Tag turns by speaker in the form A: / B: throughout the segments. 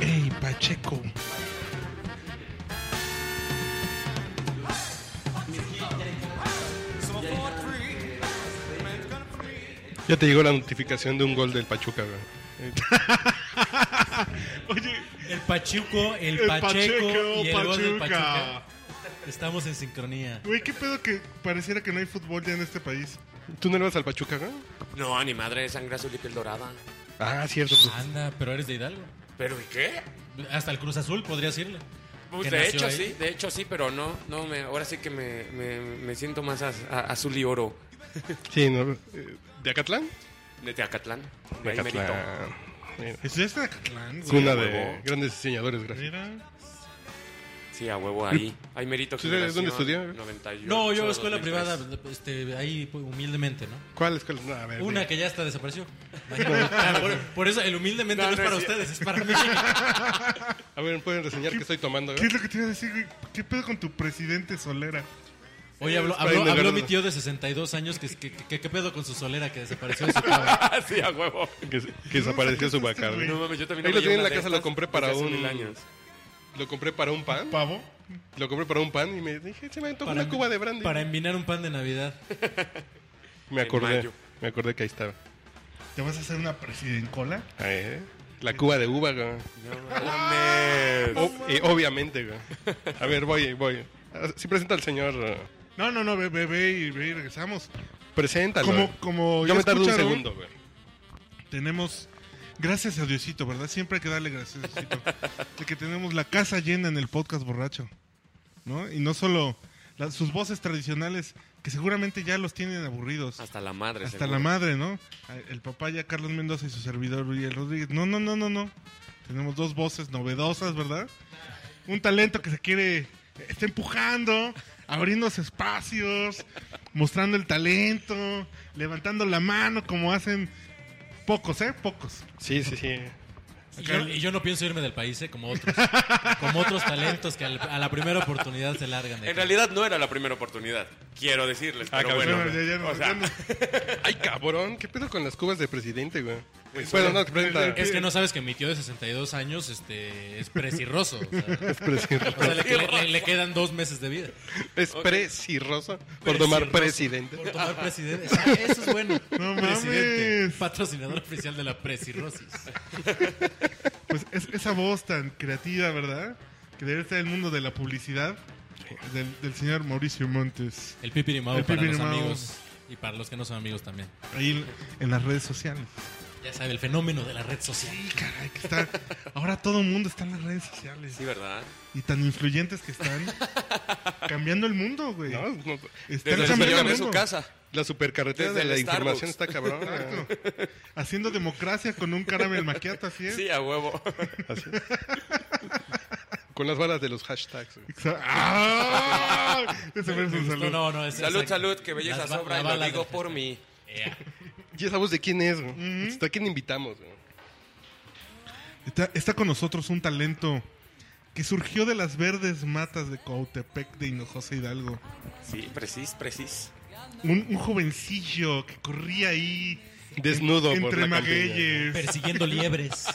A: Ey, Pacheco. Ya te llegó la notificación de un gol del Pachuca, güey.
B: Oye,
C: El Pachuco, el,
B: el
C: Pacheco,
B: Pacheco,
C: y el gol del
B: Pachuca.
C: Pachuca. Estamos en sincronía.
B: Güey, qué pedo que pareciera que no hay fútbol ya en este país.
A: ¿Tú no le vas al Pachuca, güey?
D: No, ni madre, sangre azul y piel dorada.
A: Ah, cierto. pues.
C: Anda, pero eres de Hidalgo.
D: ¿Pero y qué?
C: Hasta el Cruz Azul podrías irle.
D: Pues
C: Que
D: de
C: nació
D: hecho
C: ahí.
D: sí, de hecho sí, pero no, no me, ahora sí que me, me, me siento más az- a- azul y oro
A: Sí, ¿no? Eh, ¿De Acatlán?
D: de Teacatlán. De ahí merito.
A: Acatlán. Mira,
B: Es este de Acatlán,
A: Es
B: güey.
A: una de
D: huevo.
A: grandes diseñadores, gracias.
B: Mira.
D: Sí, a huevo ahí. Hay merito.
A: ¿Tú sabes dónde
D: generación
A: estudió?
D: 98,
C: No, yo escuela
D: 2003.
C: privada, este, ahí pues, humildemente, ¿no?
A: ¿Cuál escuela? No, a ver,
C: Una que ya hasta desapareció. Imagínate. por, por eso el humildemente
D: No,
C: no, es
D: no
C: para
D: es cierto.
C: ustedes, es para mí.
A: A ver, ¿pueden reseñar qué estoy tomando?
B: ¿Qué
A: güey?
B: es lo que te iba a decir, güey? ¿Qué pedo con tu presidente Solera?
C: Oye, habló,
A: Es para
C: habló,
A: indagar,
C: habló
A: ¿no?
C: mi tío de 62 años que, que, que- qué pedo con su solera que desapareció de su cava.
D: sí, a huevo.
A: Que, que desapareció su
B: este
A: vaca. güey.
D: No mames, yo también
A: Ahí
D: no
A: lo
D: veía
A: tenía en
D: una
A: la
D: de
A: casa,
D: estas
A: lo compré para
D: desde hace
A: un-
D: mil años.
A: Lo compré para un pan.
B: ¿Pavo?
A: Lo compré para un pan y me dije, se me antoja
C: Para
A: una cuba de brandy.
C: Para envinar un pan de Navidad.
A: Me
D: En
A: acordé.
D: mayo.
A: Me acordé que ahí estaba.
B: ¿Te vas a hacer una presidencola?
A: Ah, ¿eh? La cuba de uva, güey.
D: No mames.
A: O- eh, obviamente, güey. A ver, voy, voy. Ah, Sí, presenta al señor. eh,
B: No, no, no, ve, ve, ve y, ve y regresamos.
A: Preséntalo.
B: Como,
A: güey.
B: como
A: Yo me tardo un
B: escucharon,
A: segundo, güey.
B: Tenemos, gracias a Diosito, ¿verdad? Siempre hay que darle gracias a Diosito. de que tenemos la casa llena en el podcast borracho. ¿No? Y no solo la- sus voces tradicionales, que seguramente ya los tienen aburridos.
D: Hasta la madre.
B: Hasta la
D: seguro.
B: madre, ¿no? El papá ya Carlos Mendoza y su servidor Uriel Rodríguez. No, no, no, no, no. Tenemos dos voces novedosas, ¿verdad? Un talento que se quiere, está empujando, abriéndose espacios, mostrando el talento, levantando la mano como hacen pocos, ¿eh? Pocos.
A: Sí, sí, sí.
C: Y yo, y yo no pienso irme del país, ¿eh? como otros. Como otros talentos que al- a la primera oportunidad se largan. de
D: En
C: aquí.
D: realidad no era la primera oportunidad. Quiero decirles,
A: Ah,
D: pero
A: cabrón.
D: bueno.
B: Bueno, ya- ya no-
D: o sea,
B: ya no-
A: Ay, cabrón. ¿Qué pedo con las cubas de presidente, güey?
D: Pues
A: Bueno, no, presenta.
C: Es que no sabes que mi tío de 62 años este, es precirroso. O sea,
A: Es presi-
C: o sea, le, le- le- le quedan dos meses de vida.
A: es precirroso por tomar presidente.
C: Por
D: Ah.
C: tomar presidente. O sea, eso es bueno.
B: No
C: Presidente,
B: mames.
C: Patrocinador oficial de la precirrosis.
B: Pues es- esa voz tan creativa, ¿verdad? Que debe estar en el mundo de la publicidad del, del señor Mauricio Montes.
C: El pipirimao
B: El
C: para
B: pipirimao.
C: los amigos y para los que no son amigos también.
B: Ahí en- en las redes sociales.
C: Ya sabe, el fenómeno de la red social.
B: Sí, caray, que está. Ahora todo el mundo está en las redes sociales. ¿eh?
D: sí, ¿verdad?
B: Y tan influyentes que están cambiando el mundo, güey.
A: No, no.
B: Están
D: Este, Desde el
B: cambiando
D: sillón
B: el
D: de su
B: mundo.
D: casa.
A: La supercarretera
D: Desde
A: de la
D: el
A: información
D: Starbucks.
A: está cabrón.
B: Exacto. Haciendo democracia con un caramel maquiato, así es.
D: Sí, a huevo.
A: Así. Con las balas de los hashtags. güey.
B: Exa- ¡Ah! Ese fue
C: Me
B: su
C: gustó,
B: salud.
C: No, no, es-
D: salud,
C: es-
D: salud, que belleza
C: las ba-
D: sobra
C: la
D: y lo
C: bala
D: digo
C: de- Eh,
D: por mí.
C: Ea.
A: ¿Y esa voz de quién es? güey? ¿A quién invitamos? güey?
B: Está, está con nosotros un talento que surgió de las verdes matas de Coautepec de Hinojosa Hidalgo.
D: Sí, precis, precis.
B: Un, un jovencillo que corría ahí
A: Desnudo por
B: entre
A: la campiña,
B: magueyes,
C: Persiguiendo liebres.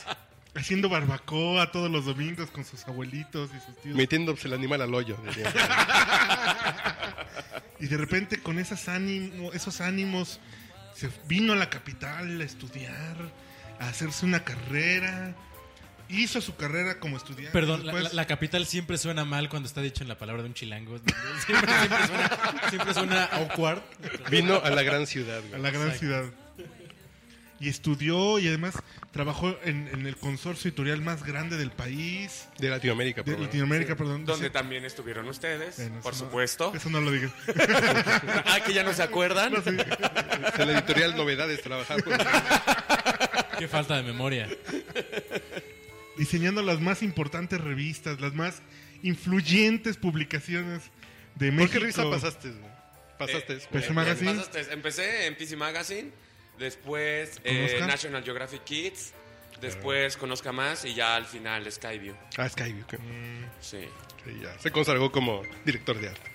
B: haciendo barbacoa todos los domingos con sus abuelitos y sus tíos.
A: Metiéndose el animal al hoyo. diría.
B: Y de repente con esas ánimo- esos ánimos se vino a la capital a estudiar, a hacerse una carrera. Hizo su carrera como estudiante.
C: Perdón, la,
B: después-
C: la- la capital siempre suena mal cuando está dicho en la palabra de un chilango. Siempre, siempre suena, siempre suena awkward.
A: Vino a la gran ciudad. güey.
B: a la gran ciudad. Y estudió y además trabajó en, en el consorcio editorial más grande del país,
A: De Latinoamérica,
B: de
A: por favor.
B: Latinoamérica, perdón.
D: Donde
B: Sí.
D: también estuvieron ustedes,
B: Bueno,
D: por
B: eso no-
D: supuesto.
B: Eso no lo digas.
D: Ah, que ya no se acuerdan.
A: En la editorial Novedades trabajar. güey.
C: Qué falta de memoria.
B: Diseñando las más importantes revistas, las más influyentes publicaciones de México.
D: Eh,
A: ¿Por qué revista pasaste? güey? Pasaste.
B: pues,
A: güey.
B: Magazine.
D: Pasaste- Empecé en PC Magazine. Después eh,
B: ¿Conozca?
D: National Geographic Kids. Después Conozca Más y ya al final Skyview.
A: Ah, Skyview. que-
D: Sí,
A: sí, ya. Se consagró como director de arte.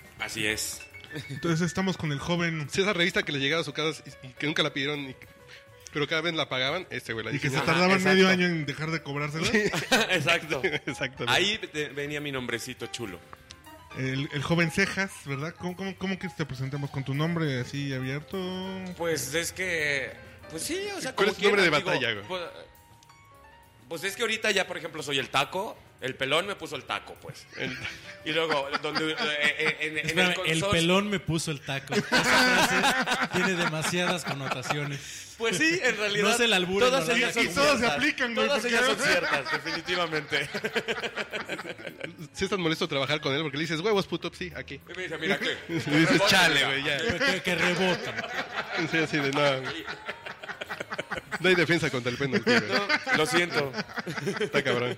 D: así es.
B: Entonces estamos con el joven
A: Si esa revista que le llegaba a su casa y, y que nunca la pidieron, y- pero cada vez la pagaban, este güey la
B: y que se
A: diseñó.
D: Ajá,
B: tardaban
D: exacto.
B: medio año en dejar de cobrársela.
D: Exacto.
A: Exactamente.
D: Ahí te- venía mi nombrecito chulo.
B: El, el joven Cejas, ¿verdad? ¿Cómo, cómo, cómo que te presentamos con tu nombre así abierto?
D: Pues es que. Pues sí, o sea,
A: ¿Cuál
D: como
A: es tu nombre de
D: quieran,
A: batalla,
D: digo,
A: güey?
D: pues, pues es que ahorita ya, por ejemplo, soy el taco. El pelón me puso el taco, pues.
A: El-
D: Y luego, donde, eh, eh, en, en
C: Espérame, el
D: consorcio-
C: pelón me puso el taco. Esa frase tiene demasiadas connotaciones.
D: Pues sí, en realidad.
C: No es el albur,
D: Todas
C: en
D: ellas
C: realidad.
D: son
B: Y todas se
D: ciertas.
B: aplican, güey,
D: Todas
B: porque-
D: ellas son ciertas, definitivamente.
A: Si es tan molesto trabajar con él porque le dices, huevos, puto, sí, aquí.
D: Y me dice, mira que.
A: Y dices, chale, güey, ya.
C: Que, que rebota.
A: Sí, así de, no. güey. No hay defensa contra el penalti, güey.
D: Lo siento.
A: Está cabrón.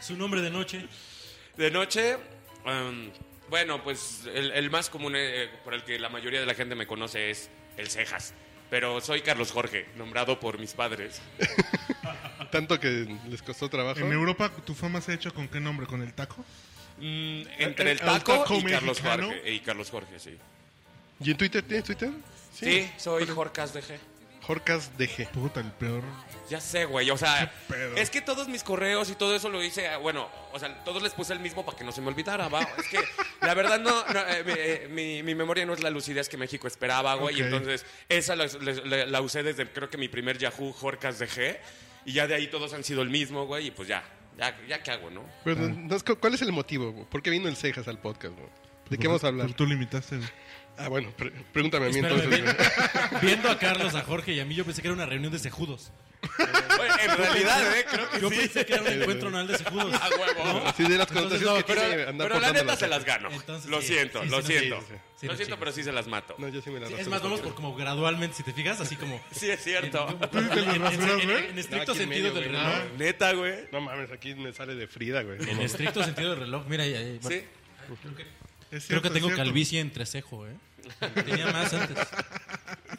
C: Su nombre de noche.
D: De noche, em, bueno, pues el, el más común eh, por el que la mayoría de la gente me conoce es el Cejas. Pero soy Carlos Jorge, nombrado por mis padres.
A: Tanto que les costó trabajo.
B: En Europa, ¿tu fama se ha hecho con qué nombre? ¿Con el taco?
D: Mm, entre el
B: Eh, ¿El
D: taco,
B: taco
D: y Carlos
B: mexicano?
D: Jorge. Y Carlos Jorge, sí.
A: ¿Y en Twitter? ¿Tienes Twitter?
D: Sí, soy Jorcas DG.
A: Jorcas DG.
B: Puta, el peor.
D: Ya sé, güey. O sea,
B: ¿Qué pedo?
D: es que todos mis correos y todo eso lo hice. eh, Bueno, o sea, todos les puse el mismo para que no se me olvidara, va. Es que la verdad no. no, eh, mi, eh, mi, mi memoria no es la lucidez que México esperaba, güey. Y
B: Ok.
D: entonces, esa la, la- la- la usé desde creo que mi primer Yahoo, Jorcas DG. Y ya de ahí todos han sido el mismo, güey. Y pues ya, ya, ya qué hago, ¿no?
A: Pero, no, no, Pues, ¿Cuál es el motivo? güey? ¿Por qué vino el Cejas al podcast? güey? ¿De
B: Pues,
A: qué vamos a hablar?
B: Pero tú limitaste. güey.
A: Ah, bueno, pre- pregúntame a mí
C: Espérame,
A: entonces. güey.
C: vi- viendo a Carlos, a Jorge y a mí, yo pensé que era una reunión de cejudos.
D: Güey, en realidad, ¿eh? Creo que
C: Yo
D: sí.
C: pensé que era un encuentro anual de cejudos.
D: A huevo.
A: Sí, de las connotaciones
C: Entonces, no,
A: que
D: Pero,
A: tiene andar
D: pero la
A: portando
D: neta se las gano.
C: Entonces,
D: lo
C: sí,
D: siento,
C: sí,
D: lo
C: sí,
D: siento.
A: sí, sí,
C: sí.
D: lo
C: Sí,
D: siento,
C: sí.
D: pero sí se las mato.
A: No, yo sí me las
C: Sí,
A: razo
C: es más,
A: con
C: vamos
A: Twitter.
C: por como gradualmente, si te fijas, así como.
D: Sí, es cierto.
C: En,
B: ¿Tú te lo
C: en-
B: rasuras,
C: en-
B: güey?
C: en estricto
A: No, aquí en
C: sentido
A: medio,
C: del
A: güey,
C: reloj.
D: Neta, güey.
A: No mames, aquí me sale de Frida, güey.
C: En estricto sentido del reloj. Mira, ahí, ahí, bueno,
D: Sí.
B: Es
C: creo
B: cierto,
C: que
B: es
C: tengo
B: cierto.
C: calvicie entrecejo, ¿eh? Tenía más antes.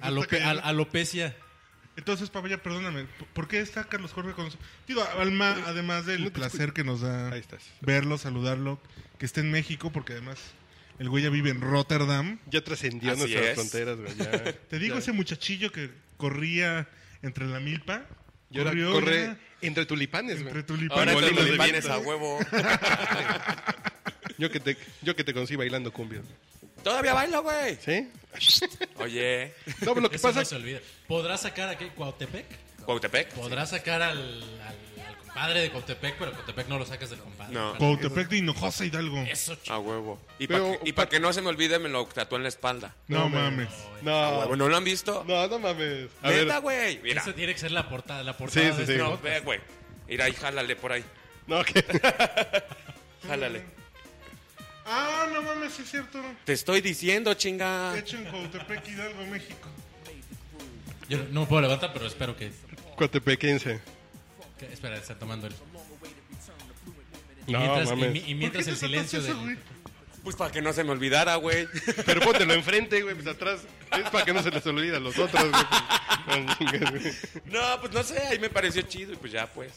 C: Alope- al- alopecia.
B: Entonces, papaya, perdóname. ¿Por qué está Carlos Jorge con nosotros? Digo, Alma, además del
A: No te
B: placer que nos da
A: Ahí estás.
B: verlo, saludarlo, que esté en México, porque además el güey ya vive en Rotterdam.
A: Ya trascendió
D: Así
A: nuestras
D: es.
A: fronteras, güey. ya.
B: Te digo,
A: Ya.
B: ese muchachillo que corría entre la milpa.
A: Y ahora
B: corrió,
A: corre
B: ya,
A: entre tulipanes, güey.
B: entre tulipanes.
D: Ahora
A: Molinos
D: te
A: de
D: lo vienes
A: viento.
D: a huevo.
A: Yo que te, yo que te conocí bailando cumbia.
D: Todavía bailo, güey.
A: ¿Sí.
D: Oye,
A: No, pero lo que
C: Eso
A: pasa
C: no se olvida. ¿Podrás sacar a qué? ¿Cuautepec?
D: Cuautepec.
C: ¿Podrás sacar al, al- al compadre de Cuautepec? Pero Cuautepec no lo sacas del compadre.
D: No.
B: Cuautepec de Hinojosa Hidalgo.
C: Eso,
A: Ah,
C: chico.
D: A huevo. Y
A: Pero-
D: para que, y pa' que no se me olvide, me lo tatué en la espalda.
B: No,
A: No,
B: mames.
D: A huevo,
A: No,
D: ¿No lo han visto?
A: Ah. no, no mames. A ver,
D: Ah, Neta, güey. Mira.
C: Esa tiene que ser la portada, la portada
A: Sí, sí,
C: de
A: sí.
C: este
D: No,
C: podcast.
D: ve, güey. Mira, y jálale por ahí.
A: no, que
D: Jálale.
A: Mm.
B: Ah, no mames, sí es cierto.
D: Te estoy diciendo, chinga.
B: Hecho en Cuautepec Hidalgo, México.
C: Yo no me puedo levantar, pero espero que...
A: cuatepequense.
C: que- espera, está tomando el... Y
A: No,
C: mientras, y
A: mames.
C: mi- y mientras el silencio del-
D: Pues para que no se me olvidara, güey.
A: Pero póntelo enfrente, güey, pues atrás. Es para que no se les olvide a los otros, güey. pues, No chingues, güey.
D: No, pues no sé, ahí me pareció chido y pues ya, pues.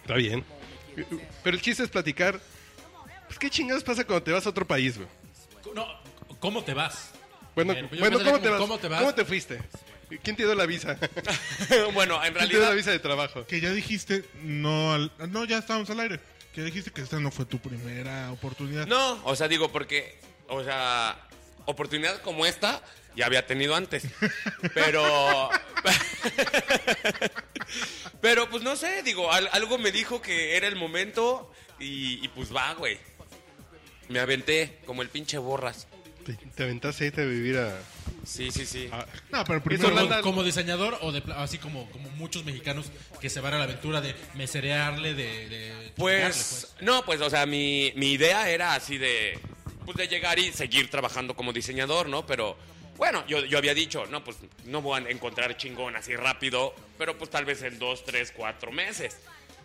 A: Está bien. Pero el chiste es platicar. Pues qué chingados pasa cuando te vas a otro país, güey.
C: No, ¿cómo te vas?
A: Bueno,
C: Bien, pues yo
A: bueno
C: pensaría
A: ¿cómo, te
C: como,
A: vas?
C: ¿cómo te vas?
A: fuiste? ¿Quién te dio la visa? ¿Quién
D: bueno, en
A: te dio la
D: realidad.
A: visa de trabajo?
B: Que ya dijiste, no, al- no, ya estábamos al aire. Que ya dijiste que esta no fue tu primera oportunidad.
D: No, o sea, digo, porque, o sea, oportunidad como esta ya había tenido antes. Pero. pero pues no sé, digo, al- algo me dijo que era el momento y, y, pues va, güey. Me aventé como el pinche borras.
A: Te, te aventaste irte a vivir a...
D: Sí, sí, sí.
A: a-
B: No, pero
A: Eso
B: primero.
A: Orlando-
C: Como, como diseñador o de pla- así como, como muchos mexicanos que se van a la aventura de meserearle, de... de
D: Pues, no, pues, o sea, mi, mi idea era así de, pues, de llegar y seguir trabajando como diseñador, ¿no? Pero, bueno, yo, yo había dicho, no, pues, no voy a encontrar chingón así rápido, pero pues tal vez en dos, tres, cuatro meses.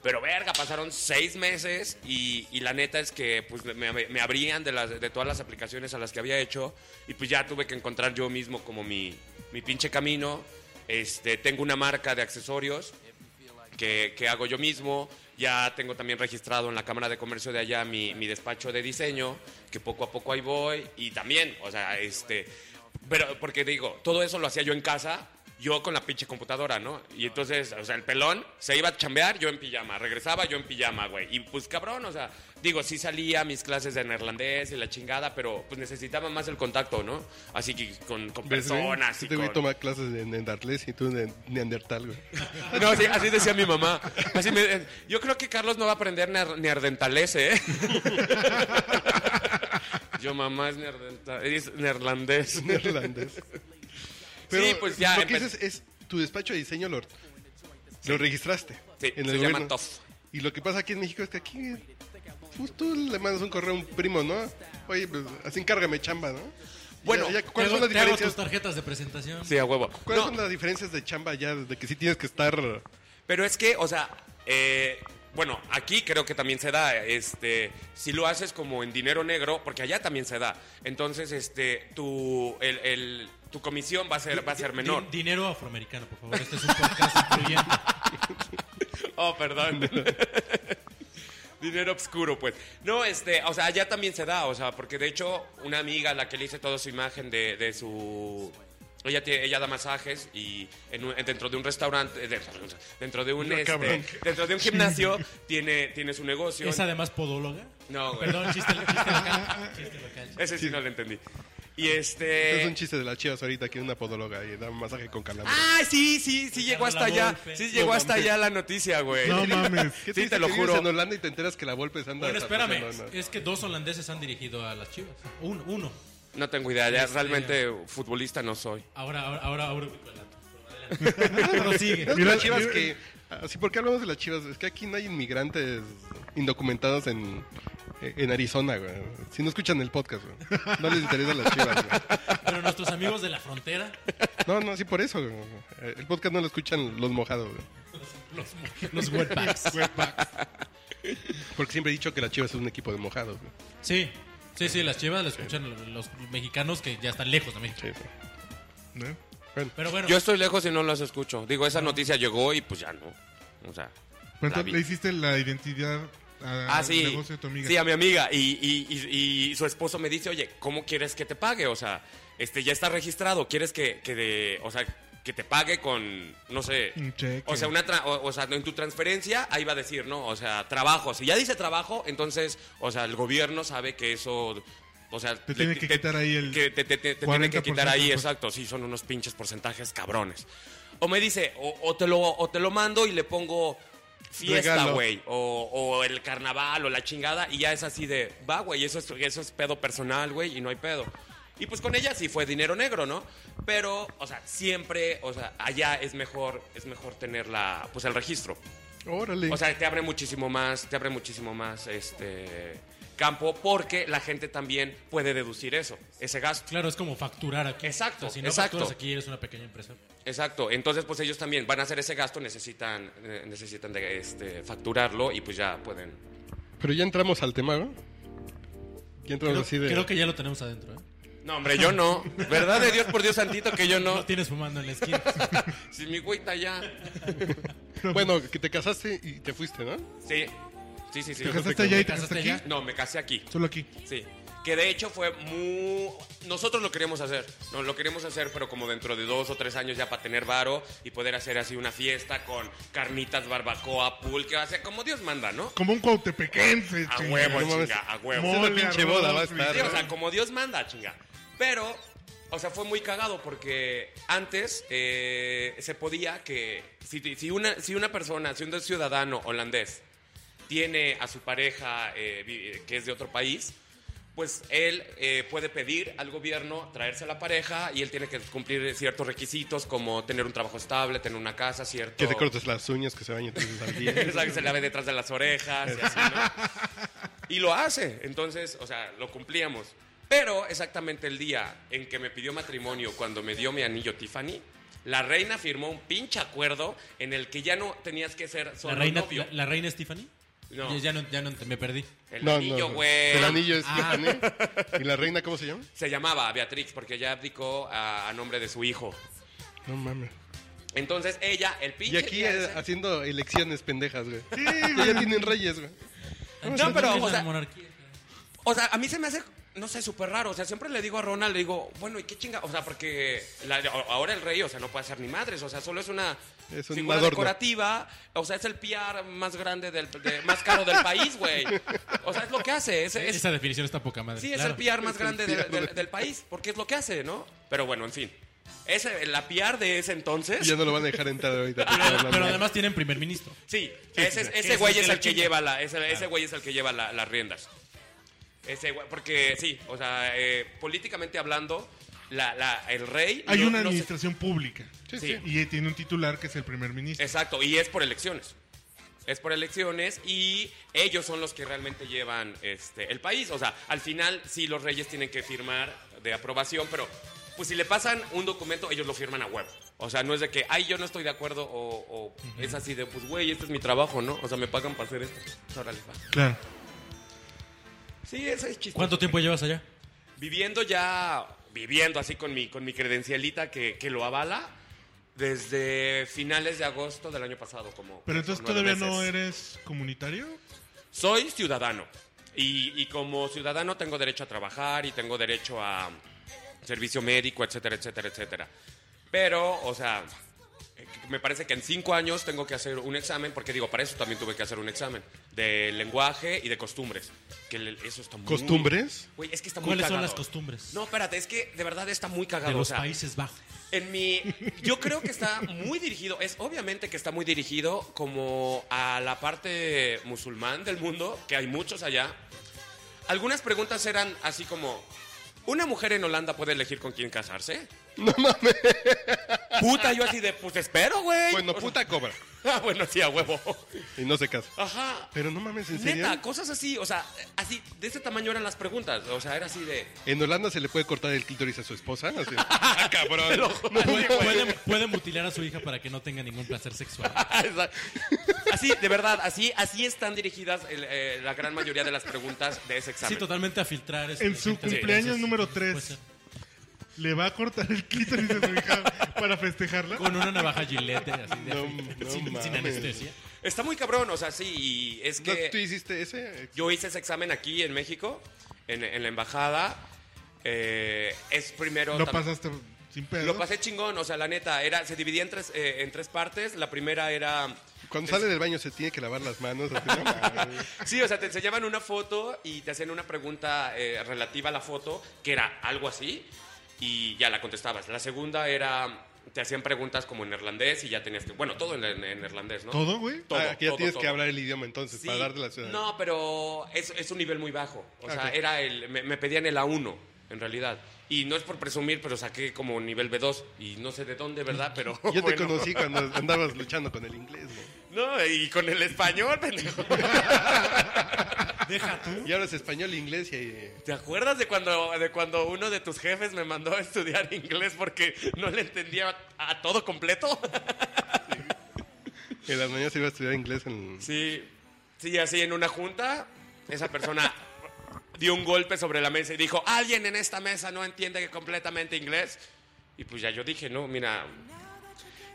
D: Pero verga, pasaron seis meses y, y la neta es que pues me, me- me abrían de, las, de todas las aplicaciones a las que había hecho y pues ya tuve que encontrar yo mismo como mi, mi pinche camino. Este, tengo una marca de accesorios que, que hago yo mismo. Ya tengo también registrado en la Cámara de Comercio de allá mi, mi despacho de diseño, que poco a poco ahí voy. Y también, o sea, este. Pero, porque digo, todo eso lo hacía yo en casa, yo con la pinche computadora, ¿no? Y entonces, o sea, el pelón se iba a chambear, yo en pijama. Regresaba yo en pijama, güey. Y pues cabrón, o sea, digo, sí salía a mis clases de neerlandés y la chingada, pero pues necesitaba más el contacto, ¿no? Así que con, con
A: ¿Ves, güey?
D: personas y
A: Este güey
D: con-
A: toma clases de Nendartlés y tú de Neandertal, güey.
D: no, así, así decía mi mamá. Así me- eh, yo creo que Carlos no va a aprender neer- neandertalés, ¿eh? Yo, mamá, es, neandertal- es neerlandés.
A: Neerlandés. Pero
D: sí, pues ya.
A: Lo que
D: empe-
A: dices es tu despacho de diseño, Lord. Lo registraste.
D: Sí,
A: en
D: se
A: el
D: llama
A: gobierno.
D: TOF.
A: Y lo que pasa aquí en México es que aquí. pues, tú le mandas un correo a un primo, ¿no? Oye, pues así encárgame chamba, ¿no? Y
D: Bueno,
A: ya- ya,
C: pues. Te
A: ¿cuáles
C: hago,
A: son las
C: te hago
A: diferencias?
C: tus tarjetas de presentación.
D: Sí, a huevo.
A: ¿Cuáles
D: No,
A: son las diferencias de chamba ya desde que sí tienes que estar
D: Pero es que, o sea, eh, bueno, aquí creo que también se da, este, si lo haces como en dinero negro, porque allá también se da. Entonces, este, tu, el, el- tu comisión va a ser, va a ser
C: Di-
D: menor.
C: dinero afroamericano, por favor. Este es un podcast incluyente.
D: Oh, perdón. Dinero obscuro, pues. No, este, o sea, allá también se da, o sea, porque de hecho, una amiga a la que le hice toda su imagen de, de su. Ella, tie- ella da masajes y en un- dentro de un restaurante, eh, de- dentro de un,
A: No,
D: este,
A: cabrón.
D: dentro de un gimnasio, tiene, tiene su negocio.
C: ¿Es además podóloga?
D: No, güey.
C: Perdón, chiste, chiste local. Chiste local.
D: Ese sí no lo entendí. Y
A: es
D: este.
A: un chiste de las chivas ahorita que una podóloga y da un masaje con calambre.
D: Ah, sí, sí, sí llegó hasta
C: Carla
D: allá.
C: Volpe.
D: Sí llegó hasta allá la noticia, güey.
B: No mames.
A: ¿Qué
D: Sí,
A: dice
D: te lo
A: que vives
D: juro.
A: en Holanda y te enteras que la Volpe se anda
C: Bueno, espérame.
A: desarrollando, ¿no?
C: Es que dos holandeses han dirigido a las chivas. Un- uno.
D: No tengo idea, ya
C: Este-
D: realmente futbolista no soy.
C: Ahora, ahora, ahora, ahora ubico el dato. Pero adelante. Prosigue.
A: ¿Sabes
B: Mira,
A: las chivas
B: mira-
A: que. Así, ¿por qué hablamos de las chivas? Es que aquí no hay inmigrantes indocumentados en, en Arizona, güey. Si no escuchan el podcast, güey. No les interesan las chivas, güey.
C: Pero nuestros amigos de la frontera,
A: No, no, sí, por eso, güey. El podcast no lo escuchan los mojados, güey.
C: los, los wetbacks.
A: Porque siempre he dicho que las chivas es un equipo de mojados, güey.
C: Sí, sí, sí, las chivas las escuchan los, los mexicanos que ya están lejos de México.
A: Sí, sí.
B: ¿no?
A: Bueno,
C: Pero bueno,
D: Yo estoy lejos y no las escucho. Digo, esa noticia llegó y pues ya no. O sea.
B: Pero
D: la
B: entonces
D: vi.
B: le hiciste la identidad a-
D: Ah,
B: al
D: sí.
B: negocio de tu amiga.
D: Sí, a mi amiga. Y, y- y- y su esposo me dice, oye, ¿cómo quieres que te pague? O sea, este ya está registrado. ¿Quieres que, que de- o sea, que te pague con, no sé.
B: Un cheque.
D: O sea, una tra- o, o sea, en tu transferencia ahí va a decir, ¿no? O sea, trabajo. Si ya dice trabajo, entonces, o sea, el gobierno sabe que eso. O sea,
B: Te tiene que quitar ahí el
D: que te, te- te- te tiene que
B: 40%
D: quitar ahí,
B: pues.
D: exacto. Sí, son unos pinches porcentajes cabrones. O me dice, o, o te, lo, o te lo mando y le pongo fiesta,
A: Regalo.
D: güey. O, o el carnaval o la chingada. Y ya es así de, va, güey, eso es, eso es pedo personal, güey, y no hay pedo. Y pues con ella sí fue dinero negro, ¿no? Pero, o sea, siempre, o sea, allá es mejor, es mejor tener la, pues el registro.
A: órale.
D: O sea, te abre muchísimo más, te abre muchísimo más este campo porque la gente también puede deducir eso, ese gasto.
C: claro, es como facturar aquí.
D: Exacto,
C: O sea, si no
D: exacto.
C: facturas aquí, eres una pequeña empresa.
D: Exacto, entonces pues ellos también van a hacer ese gasto, necesitan, eh, necesitan de, este, facturarlo y pues ya pueden.
A: Pero ya entramos al tema, ¿no? Ya entramos
C: Creo,
A: así de.
C: creo que ya lo tenemos adentro, ¿eh?
D: No, hombre, yo no. ¿Verdad de Dios por Dios santito que yo
C: No
D: no?
C: tienes fumando en la esquina.
D: Si mi güey está allá.
A: Bueno, que te casaste y te fuiste, ¿no?
D: Sí, sí, sí, sí.
B: ¿Te casaste allá y te
C: ¿Casaste
B: casaste aquí?
C: allá?
D: No, me casé aquí.
B: Solo aquí.
D: Sí. Que de hecho fue muy... Nosotros lo queríamos hacer. No, lo queríamos hacer, pero como dentro de dos o tres años ya para tener varo y poder hacer así una fiesta con carnitas, barbacoa, pulque, o sea, como Dios manda, ¿no?
B: Como un cautepequense.
D: A
B: chinga.
D: huevo,
A: no mames.
D: chinga, a huevo.
A: Mo- Esa pinche
B: arroz,
A: boda va a estar,
D: Sí, o
A: ¿no?
D: sea, como Dios manda, chinga. Pero, o sea, fue muy cagado porque antes eh, se podía que si, si una, si una persona, si un ciudadano holandés tiene a su pareja eh, vi- que es de otro país, pues él eh, puede pedir al gobierno traerse a la pareja y él tiene que cumplir ciertos requisitos como tener un trabajo estable, tener una casa, cierto...
A: Que te cortes las uñas, que se bañen tres veces al día.
D: Esa que se la ve detrás de las orejas y así, ¿no? Y lo hace. Entonces, o sea, lo cumplíamos. Pero exactamente el día en que me pidió matrimonio, cuando me dio mi anillo Tiffany, la reina firmó un pinche acuerdo en el que ya no tenías que ser
C: ¿La
D: solo
C: reina,
D: novio.
C: la, la reina Stephanie?
D: No.
C: Ya, ya no, ya no te- me perdí.
D: El anillo, güey.
A: El anillo es
C: Ah.
A: Tiffany. ¿Y la reina cómo se llama?
D: Se llamaba Beatrix porque ella abdicó a, a nombre de su hijo.
A: No mames.
D: Entonces ella, el pinche.
A: Y aquí
D: día
A: eh,
D: ese-
A: haciendo elecciones pendejas, güey.
B: Sí,
A: Y ya tienen reyes, güey.
D: No, pero, o
C: la
D: sea,
C: monarquía.
D: O sea, a mí se me hace, no sé, súper raro. O sea, siempre le digo a Ronald, le digo, bueno, ¿y qué chinga? O sea, porque la- ahora el rey, o sea, no puede hacer ni madres. O sea, solo es una
A: Es un
D: figura
A: adorno.
D: decorativa. O sea, es el PR más grande, del, de- más caro del país, güey. O sea, es lo que hace. Es, es-
C: Esa definición está poca madre.
D: sí, es
C: claro.
D: el PR más
A: Es el
D: grande del,
A: PR.
D: del- del país, porque es lo que hace, ¿no? Pero bueno, en fin. Ese, la PR de ese entonces.
A: Y ya no lo van a dejar entrar ahorita.
C: Pero, pero además tienen primer ministro.
D: Sí, ese, ese
C: ese
D: güey
C: es
D: es
C: el
D: el que
C: chinga.
D: lleva la, ese, ese güey es el que lleva la- las riendas. Ese güey, porque sí, o sea, eh, políticamente hablando, la, la- el rey.
B: Hay
D: no-
B: una
D: no se-
B: administración pública.
A: Sí,
D: sí.
B: Y eh, tiene un titular que es el primer ministro.
D: exacto, y es por elecciones. Es por elecciones y ellos son los que realmente llevan este, el país. O sea, al final sí los reyes tienen que firmar de aprobación, pero pues si le pasan un documento, ellos lo firman a huevo. O sea, no es de que, ay, yo no estoy de acuerdo o, o es así de, pues güey, este es mi trabajo, ¿no? O sea, me pagan para hacer esto. Pues, órale, va.
B: Claro.
D: Sí, eso es chiste.
C: ¿Cuánto tiempo llevas allá?
D: Viviendo ya, viviendo así con mi, con mi credencialita que, que lo avala desde finales de agosto del año pasado. como
B: Pero entonces
D: como nueve
B: todavía no
D: meses.
B: eres comunitario.
D: Soy ciudadano. Y, y como ciudadano tengo derecho a trabajar y tengo derecho a servicio médico, etcétera, etcétera, etcétera. Pero, o sea, eh, me parece que en cinco años tengo que hacer un examen, porque digo, para eso también tuve que hacer un examen de lenguaje y de costumbres. Que le- eso está muy-
A: ¿Costumbres?
D: Güey, es que está muy
C: ¿Cuáles son
D: cagado.
C: las costumbres?
D: No, espérate, es que de verdad está muy
C: De
D: cagado. o
C: los
D: sea,
C: Países Bajos.
D: en mi, yo creo que está muy dirigido, es obviamente que está muy dirigido como a la parte musulmán del mundo, que hay muchos allá. Algunas preguntas eran así como, ¿una mujer en Holanda puede elegir con quién casarse?
A: No mames.
D: Puta, yo así de, pues espero, güey.
A: Bueno,
D: O sea,
A: puta cobra.
D: ah, bueno, sí, a huevo.
A: Y no se casa.
D: Ajá.
A: Pero no mames, ¿en serio?
D: Neta, cosas así, o sea, así, de ese tamaño eran las preguntas, o sea, era así de...
A: ¿En Holanda se le puede cortar el clítoris a su esposa? Así.
D: ¡Ah, cabrón!
C: Pueden, pueden- pueden mutilar a su hija para que no tenga ningún placer sexual.
D: Exacto. así, de verdad, así, así están dirigidas el, eh, la gran mayoría de las preguntas de
C: Sí,
D: ese examen.
C: totalmente a filtrar. pues, este,
B: En su
C: gente.
B: cumpleaños
C: Entonces,
B: número 3.
C: puede ser.
B: Le va a cortar el clítoris de su hija para festejarla.
C: Con una navaja gilete, así, de
A: No,
C: afil-
A: no
C: sin, sin
A: mames.
C: anestesia.
D: Está muy cabrón, o sea, sí, y es
A: ¿No, ¿Tú
D: que
A: hiciste ese?
D: yo hice ese examen aquí en México, en, en la embajada. eh, es primero...
B: Lo
D: tam-
B: pasaste sin pedo.
D: Lo pasé chingón, o sea, la neta, era, se dividía en tres, eh, en tres partes. La primera era...
A: Cuando sale del baño se tiene que lavar las manos. así, no mames.
D: Sí, o sea, te enseñaban una foto y te hacían una pregunta eh, relativa a la foto, que era algo así, y ya la contestabas. La segunda era, te hacían preguntas como en neerlandés y ya tenías que, bueno, todo en, en- en neerlandés, ¿no?
B: ¿Todo, güey?
D: Todo,
A: Ah, que ya
D: todo,
A: tienes
D: todo.
A: que hablar el idioma entonces
D: Sí.
A: para dar de la ciudad.
D: No, pero es, es un nivel muy bajo. O
A: Ah,
D: sea,
A: ok.
D: era el, me, me pedían el A1, en realidad. Y no es por presumir, pero saqué como nivel B2 y no sé de dónde, ¿verdad? Pero
A: Yo te
D: bueno.
A: conocí cuando andabas luchando con el inglés, güey.
D: No, y con el español, pendejo.
C: Deja tú.
A: Y ahora es español, inglés y... eh,
D: ¿Te acuerdas de cuando, de cuando uno de tus jefes me mandó a estudiar inglés porque no le entendía a, a todo completo?
A: En las mañanas iba a estudiar inglés en...
D: Sí, sí, así en una junta, esa persona dio un golpe sobre la mesa y dijo, alguien en esta mesa no entiende completamente inglés. Y pues ya yo dije, no, mira,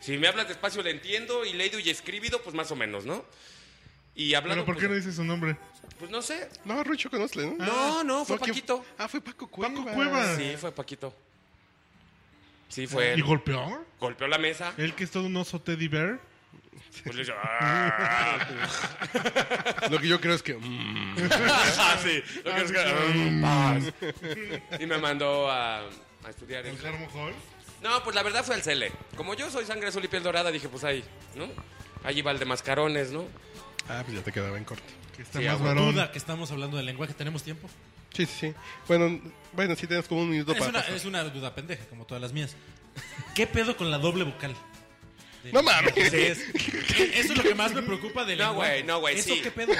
D: si me hablas despacio le entiendo y leído y escribido, pues más o menos, ¿no? Y hablando...
B: ¿Pero por qué no
D: pues,
B: dices su nombre?
D: pues no sé.
A: No, Rucho, conozle, ¿no?
D: No, no, fue
A: ¿quién-
D: Paquito.
A: Ah, fue Paco Cuevas.
B: Paco Cuevas.
D: Sí, fue Paquito. Sí, fue...
B: ¿Y
D: él.
B: golpeó?
D: Golpeó la mesa.
B: Él que es todo un oso teddy bear.
D: Pues le hizo, "Ah".
A: Lo que yo creo es que... mm,
D: Ah, sí. Lo que es que, "Mm, paz". Y me mandó a, a estudiar.
B: ¿El Jarmo Hall?
D: No, pues la verdad fue al CELE. Como yo soy sangre azul y piel dorada, dije, pues ahí, ¿no? Ahí va el de mascarones, ¿no?
A: Ah, pues ya te quedaba en corte.
B: Que está
D: Sí,
B: más
D: a
B: varón.
C: Duda que estamos hablando del lenguaje. ¿Tenemos tiempo?
A: Sí, sí, sí. Bueno, bueno, sí tenemos como un minuto
C: Es
A: para...
C: una,
A: pasar.
C: es una duda pendeja, como todas las mías. ¿Qué pedo con la doble vocal? De-
A: No mames.
C: Sí, es- eh, eso es lo que más me preocupa del
D: No,
C: lenguaje.
D: güey, no, güey,
C: ¿Eso
D: sí. eh.
C: qué pedo?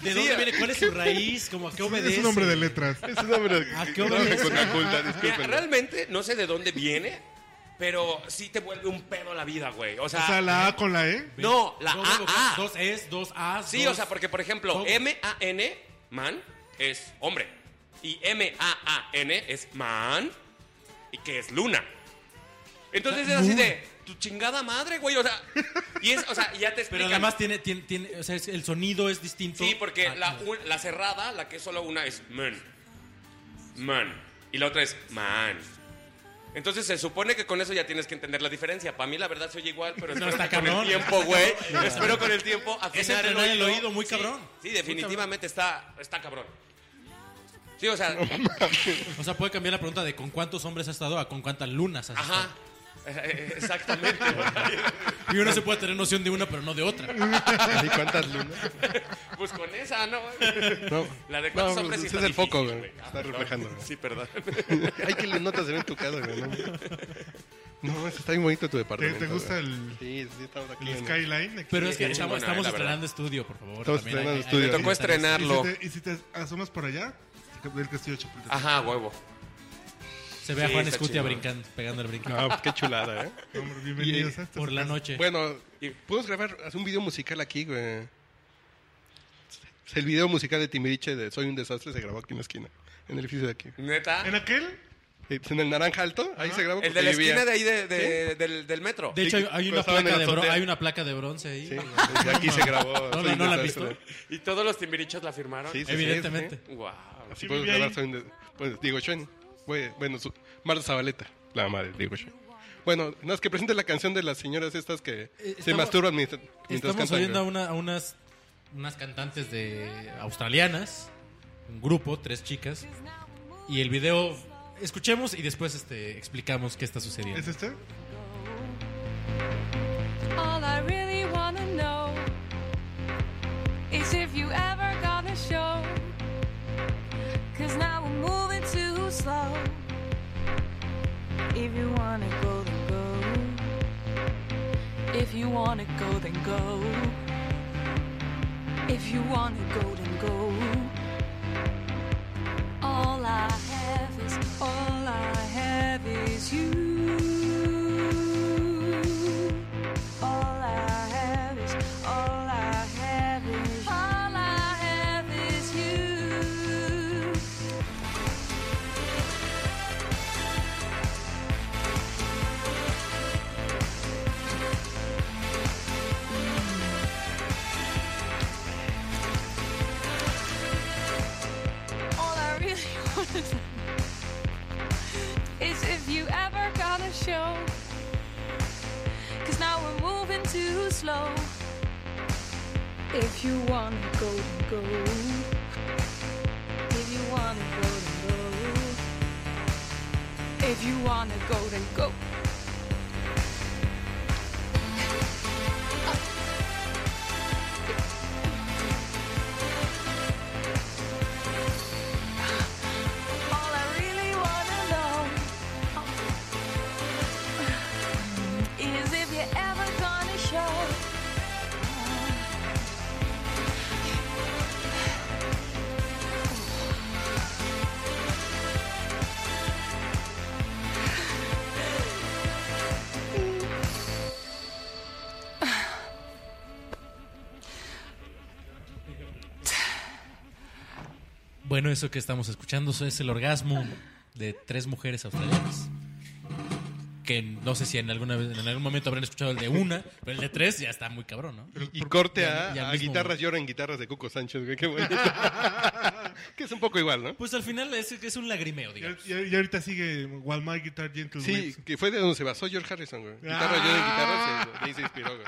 C: ¿De dónde viene? ¿Cuál es su raíz? ¿Cómo a qué obedece?
B: Es un hombre de letras.
A: Es un hombre
D: Ah,
C: ¿A qué
A: un
C: hora
A: hombre
C: es?
A: con facultad,
D: Mira,
A: discúlpenlo.
D: realmente no sé de dónde viene, pero sí te vuelve un pedo la vida, güey. O
B: O
D: sea,
B: sea, la A con la E.
D: no, la
C: Doble vocal,
D: AA.
C: Dos es, dos as.
D: Sí,
C: dos-
D: o sea, porque por ejemplo,
C: ¿Cómo?
D: M-A-N, man, es hombre. Y M-A-A-N es man, y que es luna. Entonces era así de, tu chingada madre, güey. O sea, y es, o sea, y ya te
C: Pero
D: explican.
C: además tiene, tiene, tiene- o sea, es- el sonido es distinto.
D: Sí, porque
C: Ah,
D: la, un- la cerrada, la que es solo una, es man. Man. Y la otra es man. Entonces se supone que con eso ya tienes que entender la diferencia. Para mí la verdad se oye igual, pero espero
C: está
D: con
C: cabrón.
D: el tiempo, güey. espero con el tiempo
C: Es
D: afinar
C: entrenar el oído, muy cabrón.
D: Sí, sí, definitivamente está, está cabrón. Sí, o sea,
C: O sea, puede cambiar la pregunta de con cuántos hombres has estado a con cuántas lunas has
D: ajá. Eh, Exactamente.
C: estado. Y uno se puede tener noción de una, pero no de otra.
A: ¿Y cuántas lunas?
D: Pues con esa, ¿no?
A: No.
D: La de cuántos
A: No,
D: hombres sí
A: ese
D: está
A: es el
D: difícil,
A: foco,
D: güey.
A: güey.
D: Ah,
A: Está
D: perdón.
A: reflejando, güey.
D: Sí, perdón.
A: Hay que las notas se ven en tu casa, güey. No, No, está bien bonito
B: ¿Te,
A: tu departamento.
B: te gusta
A: güey.
B: el,
A: Sí, sí, estamos aquí.
B: el
A: en-
B: Skyline? aquí?
C: Pero es que
D: Sí,
C: estamos,
D: chingona,
C: estamos
D: la verdad.
C: estrenando estudio, por favor.
A: Estamos
C: también
A: estrenando estudio.
D: Me tocó
C: que estar-
D: estrenarlo.
B: ¿Y si, te, y si te asomas por allá, el castillo de Chapultepec.
C: Ah,
D: Ajá, huevo.
C: Se ve a
D: Sí,
C: Juan
D: está
C: Escutia
D: chingón.
C: brincando, pegando el brinco.
A: Ah, pues qué chulada, ¿eh?
B: No, hombre, bienvenidos a esta
C: Por la
B: casa.
C: noche.
A: Bueno,
D: Y-
A: podemos grabar hacer un video musical aquí, güey. El video musical de Timbiriche de Soy un desastre se grabó aquí en la esquina, en el edificio de aquí.
D: Neta.
B: ¿En aquel?
A: En el Naranja Alto, ahí se grabó.
D: El de
A: porque
D: la
A: vivía.
D: esquina de ahí de- de- del, del metro.
C: De hecho, hay, hay una
A: Estaban en
C: placa
A: la
C: de bro-
A: azotea.
C: hay una placa de bronce ahí.
A: Sí, desde aquí se grabó.
C: No,
A: Soy
C: no,
A: un
C: no la
A: desastre.
C: visto.
D: ¿Y todos los timbirichos la firmaron?
A: Sí, sí, sí,
C: Evidentemente.
A: sí.
D: Wow.
A: Así podemos
B: vivía
A: grabar
B: ahí.
A: Soy un desastre. Pues, Diego Schoen. Güey, Bueno, su- Marta Zabaleta, la madre de Diego Schoen. Bueno, no, es que presente la canción de las señoras estas que se
C: Eh, estamos-
A: masturban mientras, mientras
C: Estamos
A: cantan.
C: oyendo a,
A: güey.
C: una- a unas, unas cantantes de australianas, un grupo, tres chicas, y el video escuchemos y después este, explicamos qué está sucediendo.
B: ¿Es este?
E: All I really wanna know is if you ever gonna show. Cause now we're moving too slow. If you wanna go, then go. If you wanna go, then go. If you wanna go, then go. All I have is, all I have is you. All I have is, all I have is, all I have is you. All I really want to know is if you ever gonna show. Cause now we're moving too slow. If you wanna go, then go. If you wanna go, then go. If you wanna go, then go. All I really wanna know is if you're ever gonna show.
C: Bueno, eso que estamos escuchando es el orgasmo de tres mujeres australianas. Que no sé si en, alguna vez- en algún momento habrán escuchado el de una, pero el de tres ya está muy cabrón, ¿no?
A: Y corte
C: Ya-
A: a,
C: ya
A: a
C: mismo.
A: guitarras lloran guitarras de Cuco Sánchez, güey, qué bonito. que es un poco igual, ¿no?
C: Pues al final es, es un lagrimeo, digamos.
B: Y, y- y ahorita sigue While My Guitar Gentle
A: Sí,
B: Weeps.
A: que fue de donde se basó George Harrison, güey. Guitarras
B: Ah.
A: lloran guitarras, se- de ahí se inspiró, güey.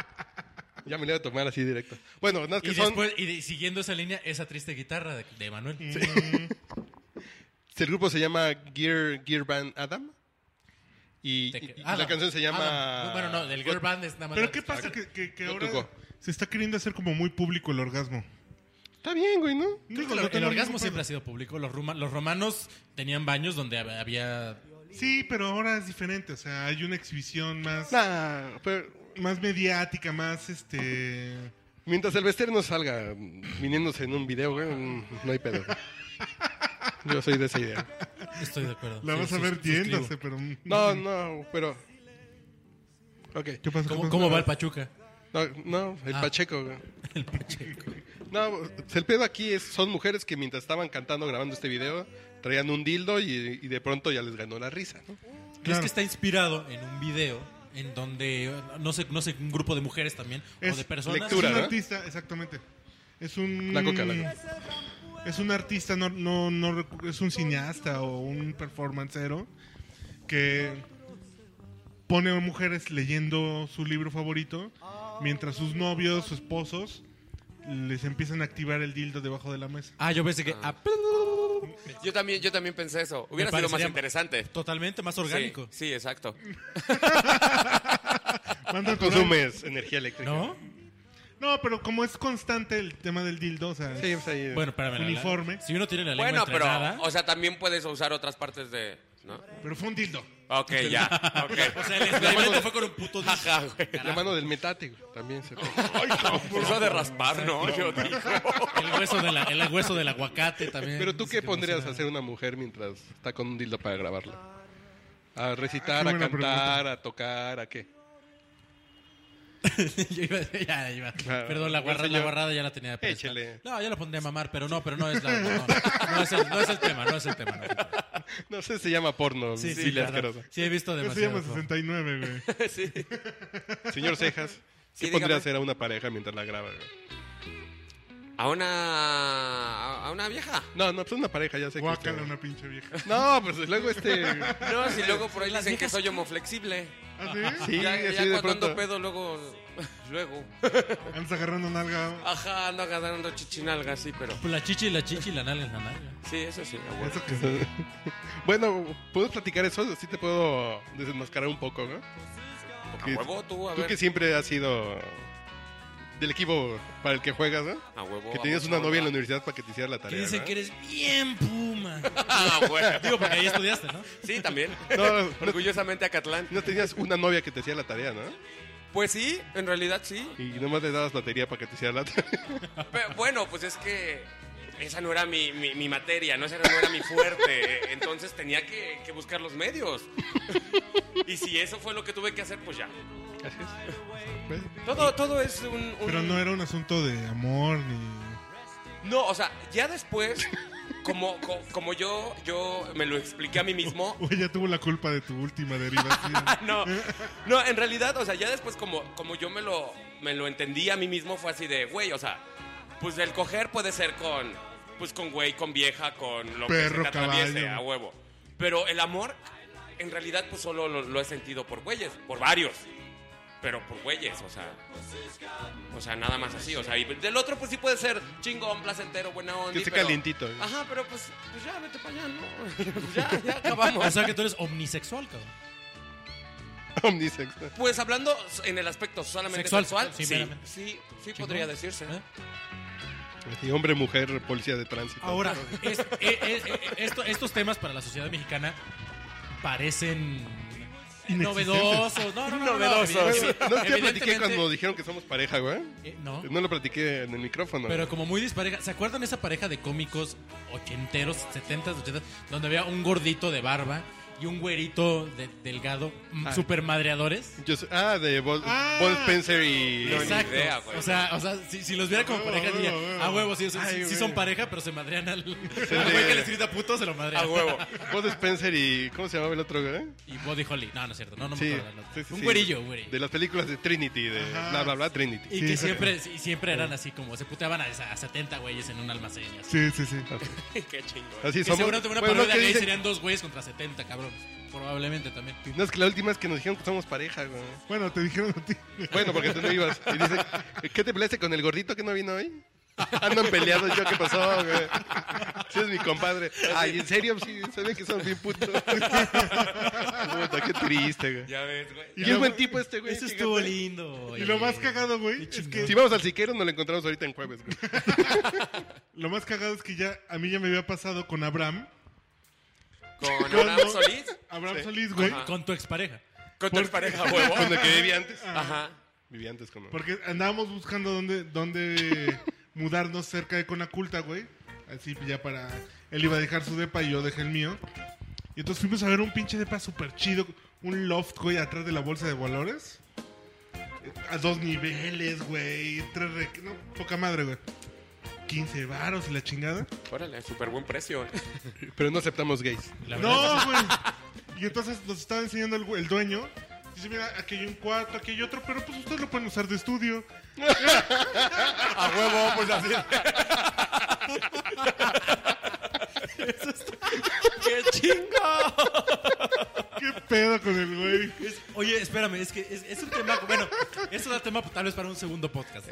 A: Ya me lo iba a tomar así directo. Bueno, nada más que
C: Y
A: son
C: después, y de- siguiendo esa línea, esa triste guitarra de, de Manuel.
A: El grupo se llama Gear, Gear Band Adam. Y,
C: Te-
A: y- y
C: Adam,
A: la canción se llama. Pues,
C: Adam. Bueno, no, del Girl Band es nada más.
B: Pero ¿qué pasa que, que- que
A: No
B: ahora
A: tocó.
B: se está queriendo hacer como muy público el orgasmo?
A: Está bien, güey, ¿no?
C: Creo que
B: no
C: el, el
B: tengo
C: orgasmo
B: ningún
C: siempre ha sido público. Los, ruma- los romanos tenían baños donde hab- había.
B: problema. Sí, pero ahora es diferente. O sea, hay una exhibición más,
A: Nah, pero
B: más mediática, más este...
A: mientras el vestir no salga mm, viniéndose en un video, güey, mm, no hay pedo. güey. Yo soy de esa idea.
C: Estoy de acuerdo.
B: La
C: Sí,
B: vas a
C: sus-
B: ver
C: suscribo.
B: yéndose, pero...
A: No, no, pero. Ok.
B: ¿Qué pasa?
C: ¿Cómo,
B: ¿Qué
C: cómo
B: pasa?
C: va el Pachuca?
A: No, no, el
C: Ah.
A: Pacheco, güey.
C: El Pacheco.
A: No, el pedo aquí es, son mujeres que mientras estaban cantando, grabando este video, traían un dildo y, y de pronto ya les ganó la risa, ¿no?
C: Es
B: Claro.
C: que está inspirado en un video en donde, no sé, no sé, un grupo de mujeres también o
B: Es
C: de personas.
A: lectura.
B: es un
A: ¿no?
B: artista, exactamente. Es un.
A: La coca, la coca.
B: Es un artista, no, no, no, recu- es un cineasta o un performancero que pone a mujeres leyendo su libro favorito mientras sus novios, sus esposos les empiezan a activar el dildo debajo de la mesa.
C: Ah, yo pensé que. ah,
D: Yo también, yo también pensé eso. Hubiera
C: Me
D: sido más
C: parecería-
D: interesante.
C: totalmente más orgánico.
D: Sí, sí, exacto.
B: Más natural.
A: Consumes energía eléctrica.
C: ¿No?
B: No, pero como es constante el tema del dildo, o sea,
A: Sí, pues ahí-
C: Bueno, espérame. la- la-
B: Uniforme.
C: si uno tiene la lengua
D: Bueno, pero,
C: entrenada-
D: o sea, también puedes usar otras partes de. ¿no?
B: pero fue un dildo.
D: Ok, ya. ok.
C: O sea, el experimento fue con un puto disco.
D: Ajá, güey.
A: la mano del metate, güey, también se
D: Eso de raspar, ¿no? Yo digo.
C: El hueso, de la- el hueso del aguacate también.
A: Pero tú
C: Dice
A: qué
C: que
A: pondrías a
C: funciona.
A: hacer una mujer mientras está con un dildo para grabarla? A recitar,
B: Ah,
A: a
B: qué buena
A: cantar,
B: pregunta.
A: a tocar, a qué?
C: Yo iba- ya, iba.
A: Claro.
C: Perdón, la
A: Buen
C: guarrada, la
A: señor.
C: guarrada ya la tenía puesta.
A: Échele.
C: No, yo la pondría a mamar, pero no, pero no es la. No, no es, el, no es el tema, no es el tema. no es el tema.
A: No sé, se llama porno.
C: Sí,
A: Sí,
C: sí,
A: le
C: perdón.
A: asqueroso.
C: sí, he visto
B: Eso se llama
C: demasiado.
B: 69, güey.
D: Sí.
A: Señor Cejas, ¿qué
D: Sí, dígame.
A: pondría a hacer a una pareja mientras la graba? güey?
D: A una. A a una vieja.
A: No, no, pues una pareja, ya sé que
B: Guácala
A: usted-
B: una pinche vieja.
A: No, pues luego este...
D: No, si luego por ahí
C: Las
D: dicen que
C: viejas-
D: soy homoflexible.
B: ¿Ah, sí?
A: Sí,
D: ya
A: así
D: ya
A: de
D: cuando
A: pronto.
D: ando pedo, luego. Luego.
B: Andas agarrando nalga.
D: Ajá, ando agarrando chichinalga, sí, pero.
C: Pues la chichi, la chichi, la nalga, la nalga.
D: Sí, eso sí. a huevo.
B: Eso que se
A: Bueno, ¿puedo platicar eso? Así te puedo desenmascarar un poco, ¿no?
D: A huevo, tú, Uh, a
A: Tú
D: ver.
A: que siempre has sido del equipo para el que juegas, ¿no?
D: A huevo.
A: Que
D: a
A: tenías
D: huevo,
A: una novia en
D: a
A: la
D: huevo.
A: universidad para que te hiciera la
C: Que
A: tarea.
C: dicen
A: ¿no?
C: que eres bien puma.
D: Ah, huevo.
C: Digo, porque ahí estudiaste, ¿no?
D: Sí, también.
A: No, no, no,
D: Orgullosamente Acatlán.
A: no tenías una novia que te hacía la tarea, ¿no?
D: Pues sí, en realidad sí.
A: Y nomás le dabas batería para que te hiciera la tarea.
D: Pe- bueno, pues es que esa no era mi, mi- mi materia, ¿no? Esa no era mi fuerte. Entonces tenía que, que buscar los medios. Y si eso fue lo que tuve que hacer, pues ya. Todo, todo es un... un-
B: Pero no era un asunto de amor ni.
D: No, o sea, ya después, como, co- como yo, yo me lo expliqué a mí mismo,
B: O ella tuvo la culpa de tu última derivación.
D: Oh. no, no, en realidad, o sea, ya después como, como yo me lo, me lo entendí a mí mismo fue así de, güey, o sea, pues el coger puede ser con, pues con güey, con vieja, con lo
B: Perro,
D: que se te atraviese,
B: caballo.
D: a huevo. Pero el amor, en realidad, pues solo lo, lo he sentido por güeyes, por varios, pero por güeyes, o sea, o sea, nada más así, o sea, y del otro pues sí puede ser chingón, placentero, buena onda.
A: Que
D: y
A: esté
D: pero-
A: calientito.
D: Ajá, pero pues, pues ya, vete para allá, ¿no? Pues ya, ya acabamos.
C: O sea que tú eres omnisexual, cabrón.
A: Omnisex.
D: Pues hablando en el aspecto solamente
C: Sexual,
D: sexual,
C: sí,
D: sí,
C: meramente.
D: sí, sí podría decirse.
C: ¿Eh?
A: Y hombre, mujer, policía de tránsito.
C: Ahora, es- eh, eh, eh, esto- estos temas para la sociedad mexicana parecen novedosos. No, no, no, no, no,
D: Novedosos.
A: Güey,
C: evi-
A: No te platiqué
C: evidentemente-
A: cuando dijeron que somos pareja, güey.
C: eh, no,
A: No lo platiqué en el micrófono.
C: pero como muy dispareja. ¿Se acuerdan esa pareja de cómicos ochenteros, setentas, ochentas, donde había un gordito de barba y un güerito de- delgado,
A: Ah.
C: super madreadores?
A: Yo sé- ah, de Bol,
B: Ah.
A: Bol Spencer y.
D: No, ni idea, güey.
C: o sea, o sea si, si los viera como
B: huevo,
C: pareja, diría,
B: huevo, huevo.
C: a huevo, sí, sí,
A: Ah, Ay,
C: sí
A: güey.
C: son pareja, pero se madrean al,
A: Sí,
C: al güey
A: sí.
C: que les grita puto, se lo madrean.
D: A Ah, huevo.
A: Bol Spencer y. ¿Cómo se llamaba el otro, güey?
C: Y Body Holly. No, no es cierto. No, no me
A: Sí,
C: acuerdo. del otro.
A: sí, sí,
C: un
A: sí.
C: güerillo, un güerillo.
A: De las películas de Trinity, de
B: Ajá.
A: bla, bla, bla, Trinity.
C: Y
B: Sí, sí.
C: que siempre, y siempre eran así como se puteaban a, a 70 güeyes en un almacén. y así.
B: Sí, sí, sí.
D: Qué chingón.
A: Así
C: Que
A: somos.
C: seguramente una
A: Bueno, lo
C: parodia
A: que
C: gay
A: dicen-
C: serían dos güeyes contra 70, cabrones. Probablemente también.
A: No, es que la última es que nos dijeron que somos pareja, güey.
B: Bueno, te dijeron a ti.
A: Bueno, porque tú no ibas. Y dice, ¿qué te peleaste con el gordito que no vino hoy? Andan peleados yo, ¿qué pasó, güey? Sí, es mi compadre. Ay, ¿en serio? Sí, saben que son bien putos. Puta, qué triste, güey.
D: Ya ves, güey.
A: Y es buen tipo este, güey.
C: Eso
A: fíjate.
C: estuvo lindo.
B: Y lo más cagado, güey,
C: Qué
B: es que
A: Si vamos al siquero, nos lo encontramos ahorita en jueves, güey.
B: lo más cagado es que ya a mí ya me había pasado con Abraham.
D: Con
B: Cuando-
D: Abraham Solís,
B: Abraham
A: Sí.
B: Solís, güey.
D: Ajá.
C: Con tu expareja.
D: con tu pareja, huevo.
A: Con el que vivía antes.
D: Ajá.
A: Vivía antes con
B: Porque andábamos buscando dónde, dónde mudarnos cerca de Conaculta, güey. Así pues, ya para. Él iba a dejar su depa y yo dejé el mío. Y entonces fuimos a ver un pinche depa súper chido. Un loft, güey, atrás de la bolsa de valores. Eh, A dos niveles, güey. Tres re- no, poca madre, güey. 15 varos y la chingada.
D: Órale, súper buen precio. ¿eh?
A: Pero no aceptamos gays.
C: La verdad,
B: No, güey. Y entonces nos estaba enseñando el, güey- el dueño. Dice, mira, aquí hay un cuarto, aquí hay otro, pero pues ustedes lo pueden usar de estudio.
F: A huevo, pues así.
D: ¡Qué chingo!
B: ¿Qué pedo con el güey?
C: es- oye, espérame, es que es, es un tema. Bueno, eso da tema pues, tal vez para un segundo podcast.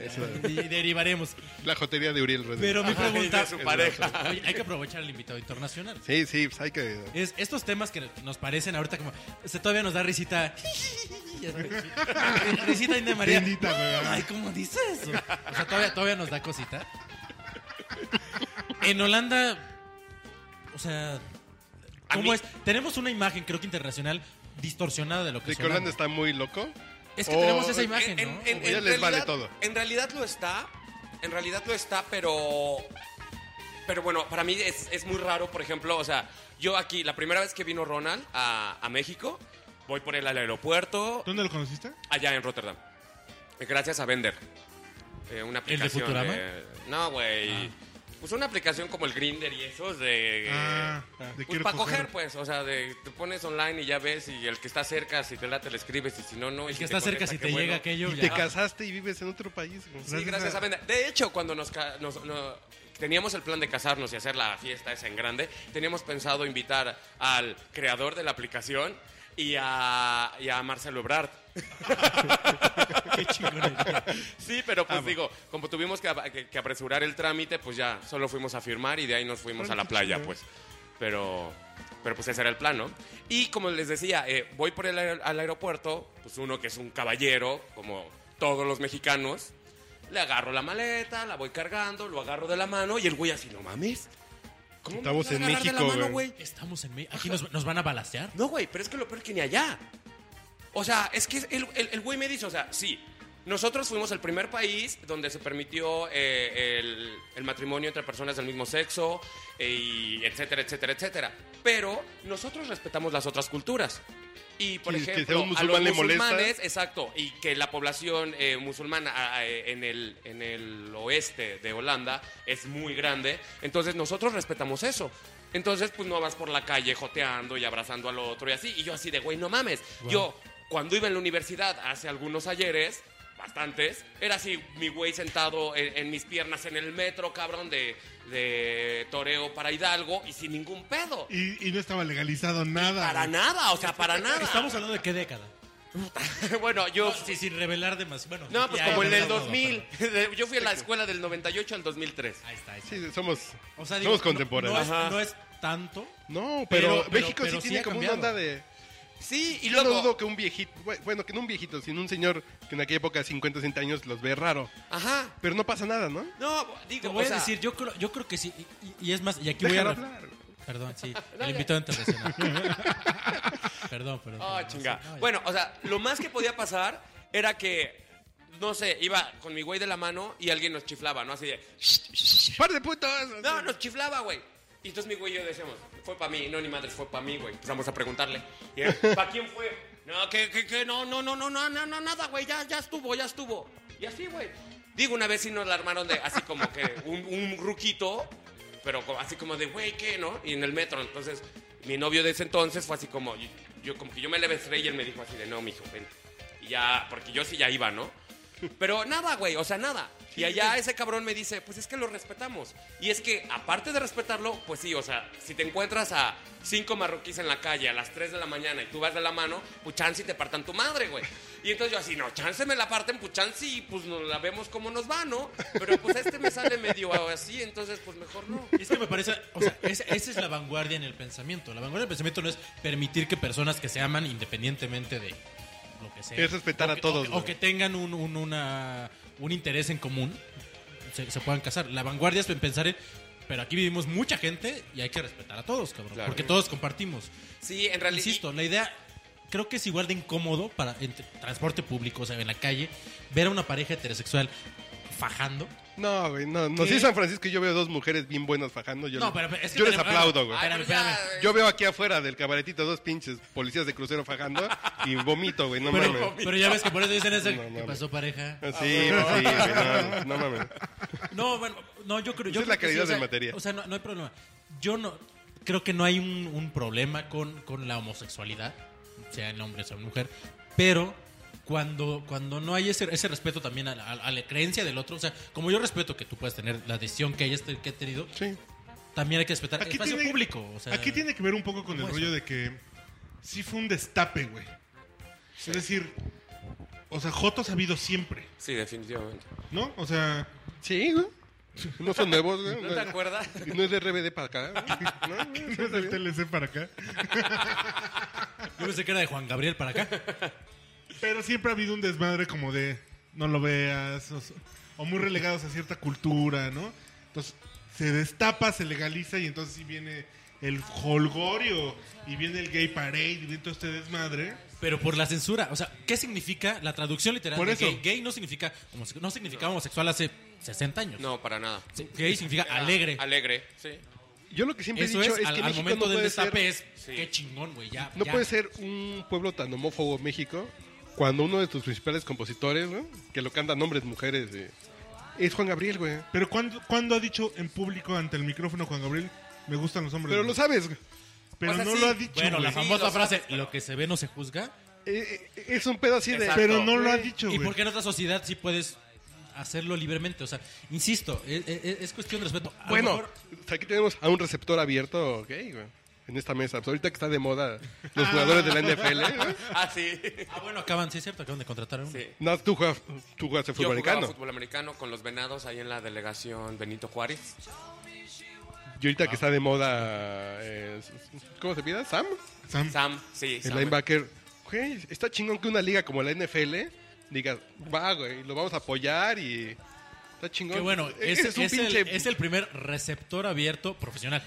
C: Y derivaremos.
A: La jotería de Uriel Rodríguez.
C: Pero mi pregunta.
D: de su pareja.
C: Oye, hay que aprovechar al invitado internacional.
A: Sí, sí, pues hay que.
C: Es estos temas que nos parecen ahorita como. o sea, todavía nos da risita. risita India María.
B: Bendita, güey.
C: Ay, ¿cómo dices eso? O sea, todavía, todavía nos da cosita. En Holanda. O sea.
D: A
C: ¿Cómo
D: mí-
C: es? Tenemos una imagen, creo que internacional, distorsionada de lo que
A: ¿De
C: es
A: que Holanda está muy loco?
C: Es que
A: o-
C: tenemos esa imagen,
D: En-
C: ¿no?
D: en- en-
A: Ya
D: en
A: les vale
D: realidad-
A: todo.
D: En realidad lo está. En realidad lo está, pero. Pero bueno, para mí es, es muy raro, por ejemplo, o sea, yo aquí, la primera vez que vino Ronald a, a México, voy por él al aeropuerto,
B: ¿Dónde lo conociste?
D: allá en Rotterdam. Gracias a Vender. Eh, una
C: de
D: aplicación.
C: Futurama? Ah.
D: no, güey. Pues una aplicación como el Grinder y esos de.
B: Ah, de
D: Eh, Pues
B: quiero
D: para coger,
B: coger.
D: pues, o sea, de, te pones online y ya ves, y el que está cerca, si te late, le escribes, y si no, no. y
C: El
D: si
C: que está cerca,
D: contesta,
C: si
D: qué
C: te
D: bueno.
C: llega aquello.
A: Y
C: ya.
A: te casaste y vives en otro país. güey.
D: Sí, gracias a Brenda. De hecho, cuando nos, ca- nos- no- teníamos el plan de casarnos y hacer la fiesta esa en grande, teníamos pensado invitar al creador de la aplicación y a, y a Marcelo Ebrard.
C: Qué chingón.
D: Sí, pero pues digo, como tuvimos que, ap- que- que apresurar el trámite, pues ya solo fuimos a firmar y de ahí nos fuimos a la playa, pues. Pero, pero pues ese era el plan, ¿no? Y como les decía, eh, voy por el aer- al aeropuerto, pues uno que es un caballero, como todos los mexicanos, le agarro la maleta, la voy cargando, lo agarro de la mano y el güey así, no mames. ¿Cómo me
A: Estamos
D: vas a
A: en
D: agarrar de la
A: México,
D: mano,
A: güey.
C: Estamos en. Me- Aquí nos, nos van a balasear.
D: no, güey, pero es que lo peor es que ni allá. O sea, es que el, el- el güey me dice, o sea, sí, nosotros fuimos el primer país donde se permitió eh, el, el matrimonio entre personas del mismo sexo, eh, y etcétera, etcétera, etcétera. Pero nosotros respetamos las otras culturas. Y, por
A: Y que sea
D: ejemplo,
A: un
D: a
A: musulmán
D: los
A: le molesta.
D: musulmanes, exacto, y que la población eh, musulmana ah, ah, eh, en el, en el oeste de Holanda es muy grande, entonces nosotros respetamos eso. Entonces, pues no vas por la calle joteando y abrazando al otro y así. Y yo así de, güey, no mames. Yo, cuando iba en la universidad hace algunos ayeres, bastantes, era así mi güey sentado en, en mis piernas en el metro, cabrón, de, de Toreo para Hidalgo y sin ningún pedo.
B: Y, y no estaba legalizado nada.
D: Para
B: güey.
D: nada, o sea, para nada.
C: Estamos hablando de qué década.
D: bueno, yo...
C: Sí, sin revelar demasiado. Bueno,
D: No, pues
C: ya,
D: como en
C: ya,
D: el
C: ya, todo,
D: 2000. Yo fui a la escuela del 98 al 2003.
C: pero- Ahí está, ahí está.
A: Sí, somos,
C: O sea,
A: somos
C: digo, no-
A: contemporáneos.
C: No,
D: Ajá.
C: es, no es tanto.
A: No,
C: pero-
A: pero,
C: pero-
A: México
C: pero sí
A: sí tiene
C: ha
A: como una
C: cambiado.
A: onda de.
D: Sí, y
A: Yo no dudo
D: luego.
A: que un viejito, bu- bueno, que no un viejito, sino un señor que en aquella época, 50, 60 años, los ve raro.
D: Ajá.
A: Pero no pasa nada, ¿no?
D: No,
C: Te
D: digo,
C: voy
D: o sea,
C: a decir, yo creo, yo creo que sí. Y, y- y es más, y aquí voy a.
A: Déjalo hablar.
C: Perdón, sí. El invitado internacional. perdón, perdón.
D: Ah,
C: perdón,
D: chinga.
C: sí, no, ya.
D: Bueno, o sea, lo más que podía pasar era que, no sé, iba con mi güey de la mano y alguien nos chiflaba, ¿no? Así de,
A: ¡Par de putos!
D: no, nos chiflaba, güey. Y entonces mi güey y yo decíamos, fue para mí, no, ni madres, fue para mí, güey. Empezamos a preguntarle, ¿para quién fue? No, que, que, que, no, no, no, no, no, no, no, nada, güey, ya, ya estuvo, ya estuvo. Y así, güey. Digo, una vez sí nos la armaron de, así como que un, un ruquito, pero co- así como de, güey, ¿qué, no? Y en el metro, entonces, mi novio de ese entonces fue así como, yo, yo como que yo me le besé y él me dijo así de, no, mijo, ven. Y ya, porque yo sí ya iba, ¿no? Pero nada, güey, o sea, nada. Y allá ese cabrón me dice, pues es que lo respetamos. Y es que, aparte de respetarlo, pues sí, o sea, si te encuentras a cinco marroquíes en la calle a las 3 de la mañana y tú vas de la mano, pues chance y te partan tu madre, güey. Y entonces yo así, no, chance me la parten, pues chance y pues nos la vemos como nos va, ¿no? Pero pues este me sale medio así, entonces pues mejor no.
C: Es que me parece, o sea, es- esa es la vanguardia en el pensamiento. La vanguardia del pensamiento no es permitir que personas que se aman independientemente de lo que sea.
A: Es respetar
C: O
A: a
C: que-
A: todos,
C: O, que- o
A: güey.
C: que tengan un, un- una- un interés en común, se, se puedan casar. La vanguardia es en pensar en, pero aquí vivimos mucha gente y hay que respetar a todos, cabrón.
D: Claro.
C: Porque todos compartimos.
D: Sí, en realidad...
C: Insisto, la idea creo que es igual de incómodo para en transporte público, o sea, en la calle, ver a una pareja heterosexual fajando.
A: No, güey, no, no.
C: ¿Qué?
A: Si San Francisco y yo veo dos mujeres bien buenas fajando, yo,
C: No,
A: les-
C: pero- pero es que
A: yo les
C: tenemos-
A: aplaudo, güey.
C: Ay,
D: pero
C: Espérame, espérame.
D: ya,
A: Yo veo aquí afuera del cabaretito dos pinches policías de crucero fajando y vomito, güey, no mames.
C: Pero, Ah, pero ya ves que por eso dicen eso.
A: No
C: ¿Qué
A: mames.
C: pasó, pareja?
A: Sí, pues sí, güey, no, no mames.
C: No, bueno, no, yo creo.
A: Esa
C: yo
A: es la
C: creo que
A: calidad
C: o sea,
A: del material.
C: O sea, no, no hay problema. Yo no. Creo que no hay un, un problema con, con la homosexualidad, sea en hombre o sea en mujer, pero cuando, cuando no hay ese, ese respeto también a, la- a la creencia del otro, o sea, como yo respeto que tú puedas tener la decisión que hayas te- que he tenido,
A: Sí.
C: también hay que respetar el espacio público. O sea,
B: aquí tiene que ver un poco con el
C: ¿cómo
B: rollo de que sí fue un destape, güey. Es decir, o sea, Jotos ha habido siempre,
D: Sí, definitivamente.
B: ¿no? O sea,
A: Sí, güey. No son nuevos, güey.
D: ¿No te acuerdas?
A: Y no es de RBD para acá. güey. No, güey,
B: desde el TLC para acá.
C: Yo pensé que era de Juan Gabriel para acá.
B: Pero siempre ha habido un desmadre como de no lo veas, o, s- o muy relegados a cierta cultura, ¿no? Entonces se destapa, se legaliza y entonces sí viene el holgorio y viene el gay parade y viene todo este desmadre.
C: Pero por la censura, o sea, ¿qué significa la traducción literal
B: Por
C: de
B: eso.
C: gay? Gay no significa homose- no significaba homosexual hace 60 años.
D: No, para nada.
C: Sí, Gay significa alegre.
D: Alegre, sí.
A: Yo lo que ah, siempre
C: Eso
A: he dicho
C: es,
A: es,
C: al,
A: que
C: al
A: México
C: momento
A: no
C: del
A: puede ser...
C: destape es
D: Sí.
C: qué chingón, güey, ya.
A: No
C: ya.
A: puede ser un pueblo tan homófobo México cuando uno de tus principales compositores, güey, que lo cantan hombres, mujeres, güey, es Juan Gabriel, güey.
B: Pero ¿cuándo, cuándo ha dicho en público ante el micrófono Juan Gabriel, me gustan los hombres?
A: Pero lo sabes, güey.
B: Pero
D: O sea,
B: no
D: sí.
B: lo ha dicho.
C: Bueno, la
B: güey.
C: famosa
D: lo-
C: frase, lo que se ve no se juzga.
A: Eh, eh, es un pedo así de...
D: Exacto.
B: Pero no lo ha
A: Güey.
B: dicho,
C: ¿Y
B: güey.
C: por qué en otra sociedad sí puedes hacerlo libremente? O sea, insisto, e- e- e- es, cuestión de respeto. A lo
A: Bueno,
C: mejor-
A: aquí tenemos a un receptor abierto, ok, güey, en esta mesa. Pues ahorita que está de moda los jugadores de la NFL, ¿eh?
D: Ah, sí.
C: ah, bueno, acaban, sí es cierto, acaban de contratar a uno.
D: Sí.
A: No, tú juegas, tú juegas el
D: Yo
A: fútbol
D: jugaba
A: americano.
D: fútbol americano con los venados ahí en la delegación Benito Juárez.
A: Y ahorita que está de moda, eh, ¿cómo se pida? ¿Sam?
B: Sam,
D: Sam, sí.
A: El
D: Sam.
A: linebacker. Güey, está chingón que una liga como la NFL diga, va, güey, lo vamos a apoyar y... Está chingón.
C: Que bueno,
A: E-
C: es,
A: ese
C: es el, es el primer receptor abierto profesional.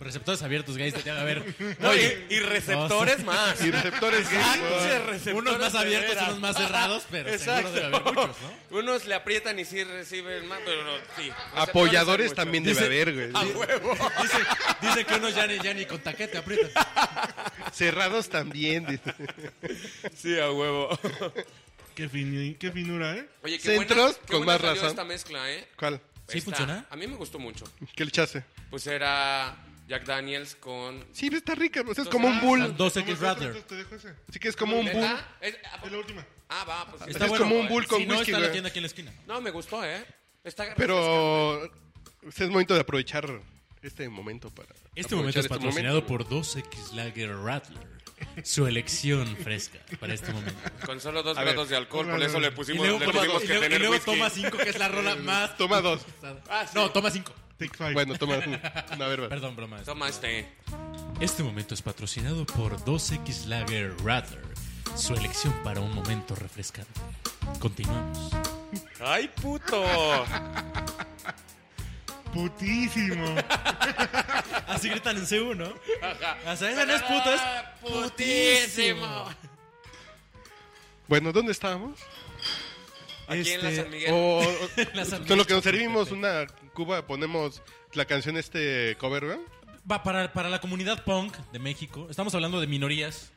C: Receptores abiertos, gays, te a ver.
D: No, y, y receptores más.
A: Y receptores gay,
D: Ah,
A: güey.
D: pinches receptores
C: Unos más
D: de
C: abiertos,
D: veras.
C: unos más cerrados, pero seguro debe haber muchos, ¿no?
D: Unos le aprietan y sí reciben más, pero no, sí.
A: Apoyadores
D: Receptores hay
A: también
D: muchos.
A: debe haber, güey.
D: A huevo.
C: Dice, dice que unos ya ni, ya ni con taquete aprietan.
A: Cerrados también. dice.
D: Sí, a huevo.
B: qué, fini- qué finura, ¿eh?
D: Oye, qué
A: Centros
D: buena, qué
A: con
D: buena
A: más
D: salió
A: razón.
D: esta mezcla, ¿eh?
A: ¿Cuál?
C: ¿Sí
D: Esta.
C: funciona?
D: A mí me gustó mucho.
A: ¿Qué le chase?
D: Pues era Jack Daniels con...
A: Sí, pero está rica. pues, es como un
C: Son
A: bull.
C: Dos
B: ¿Cómo
C: X
B: está?
C: Rattler.
B: Te dejo ese.
A: Sí que es como un bull.
D: Ah, es- ah,
B: Es la última.
D: ah, va, pues...
A: Está es como un bull con
C: si no,
A: whisky,
C: está la
A: güey.
C: tienda aquí en la esquina.
D: No, me gustó, ¿eh? Está
A: Pero es el momento de aprovechar este momento para.
C: Este momento es
A: aprovechar
C: patrocinado por 2X Lager Rattler. Su elección fresca para este momento.
D: Con solo dos
A: A ver,
D: grados de alcohol,
B: no,
D: por
B: no,
D: eso
B: no.
D: le
C: Y
D: pusimos,
C: luego,
D: le
C: toma,
D: tuvimos
C: y
D: que
C: luego- y
D: tener
C: luego
D: whisky.
C: toma 5, que es la rola más.
A: Toma dos.
D: Ah, sí.
C: No, toma 5.
B: Take five.
A: Bueno, toma una verba.
C: Perdón, broma.
D: Toma este.
C: Este momento es patrocinado por 2X Lager Rattler. Su elección para un momento refrescante. Continuamos.
D: ¡Ay, puto!
B: Putísimo.
C: Así gritan en C1, ¿no? O sea, esa no es puto, es
D: Ah,
C: putísimo.
A: Bueno, ¿dónde estábamos?
D: Aquí en la
C: Este,
D: San Miguel.
A: O,
C: La San
A: con lo que nos
C: Miguel.
A: servimos una cuba, ponemos la canción este cover, ¿verdad?
C: Va, para, para la comunidad punk de México, estamos hablando de minorías.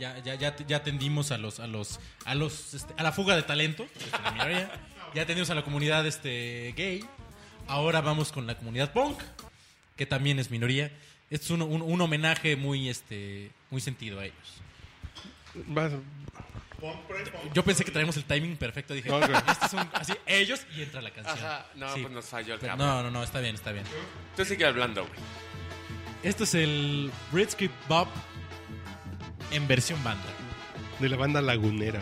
C: Ya, ya, ya, ya atendimos a los, a los, a los, este, a la fuga de talento, que es una minoría. Ya atendimos a la comunidad este, gay. Ahora vamos con la comunidad punk, que también es minoría. Este es un, un- un homenaje muy, este, muy sentido a ellos.
A: Vas-
C: Yo pensé que traíamos el timing perfecto, dije,
A: No, güey.
C: este es un- así, ellos y entra la canción.
D: Ajá, no,
C: Sí.
D: pues nos falló el
C: Pero
D: cabrón.
C: no, no, no, está bien, está bien.
D: Tú sigue hablando, güey.
C: Esto es el Britscript Bop en versión banda.
A: de la banda lagunera.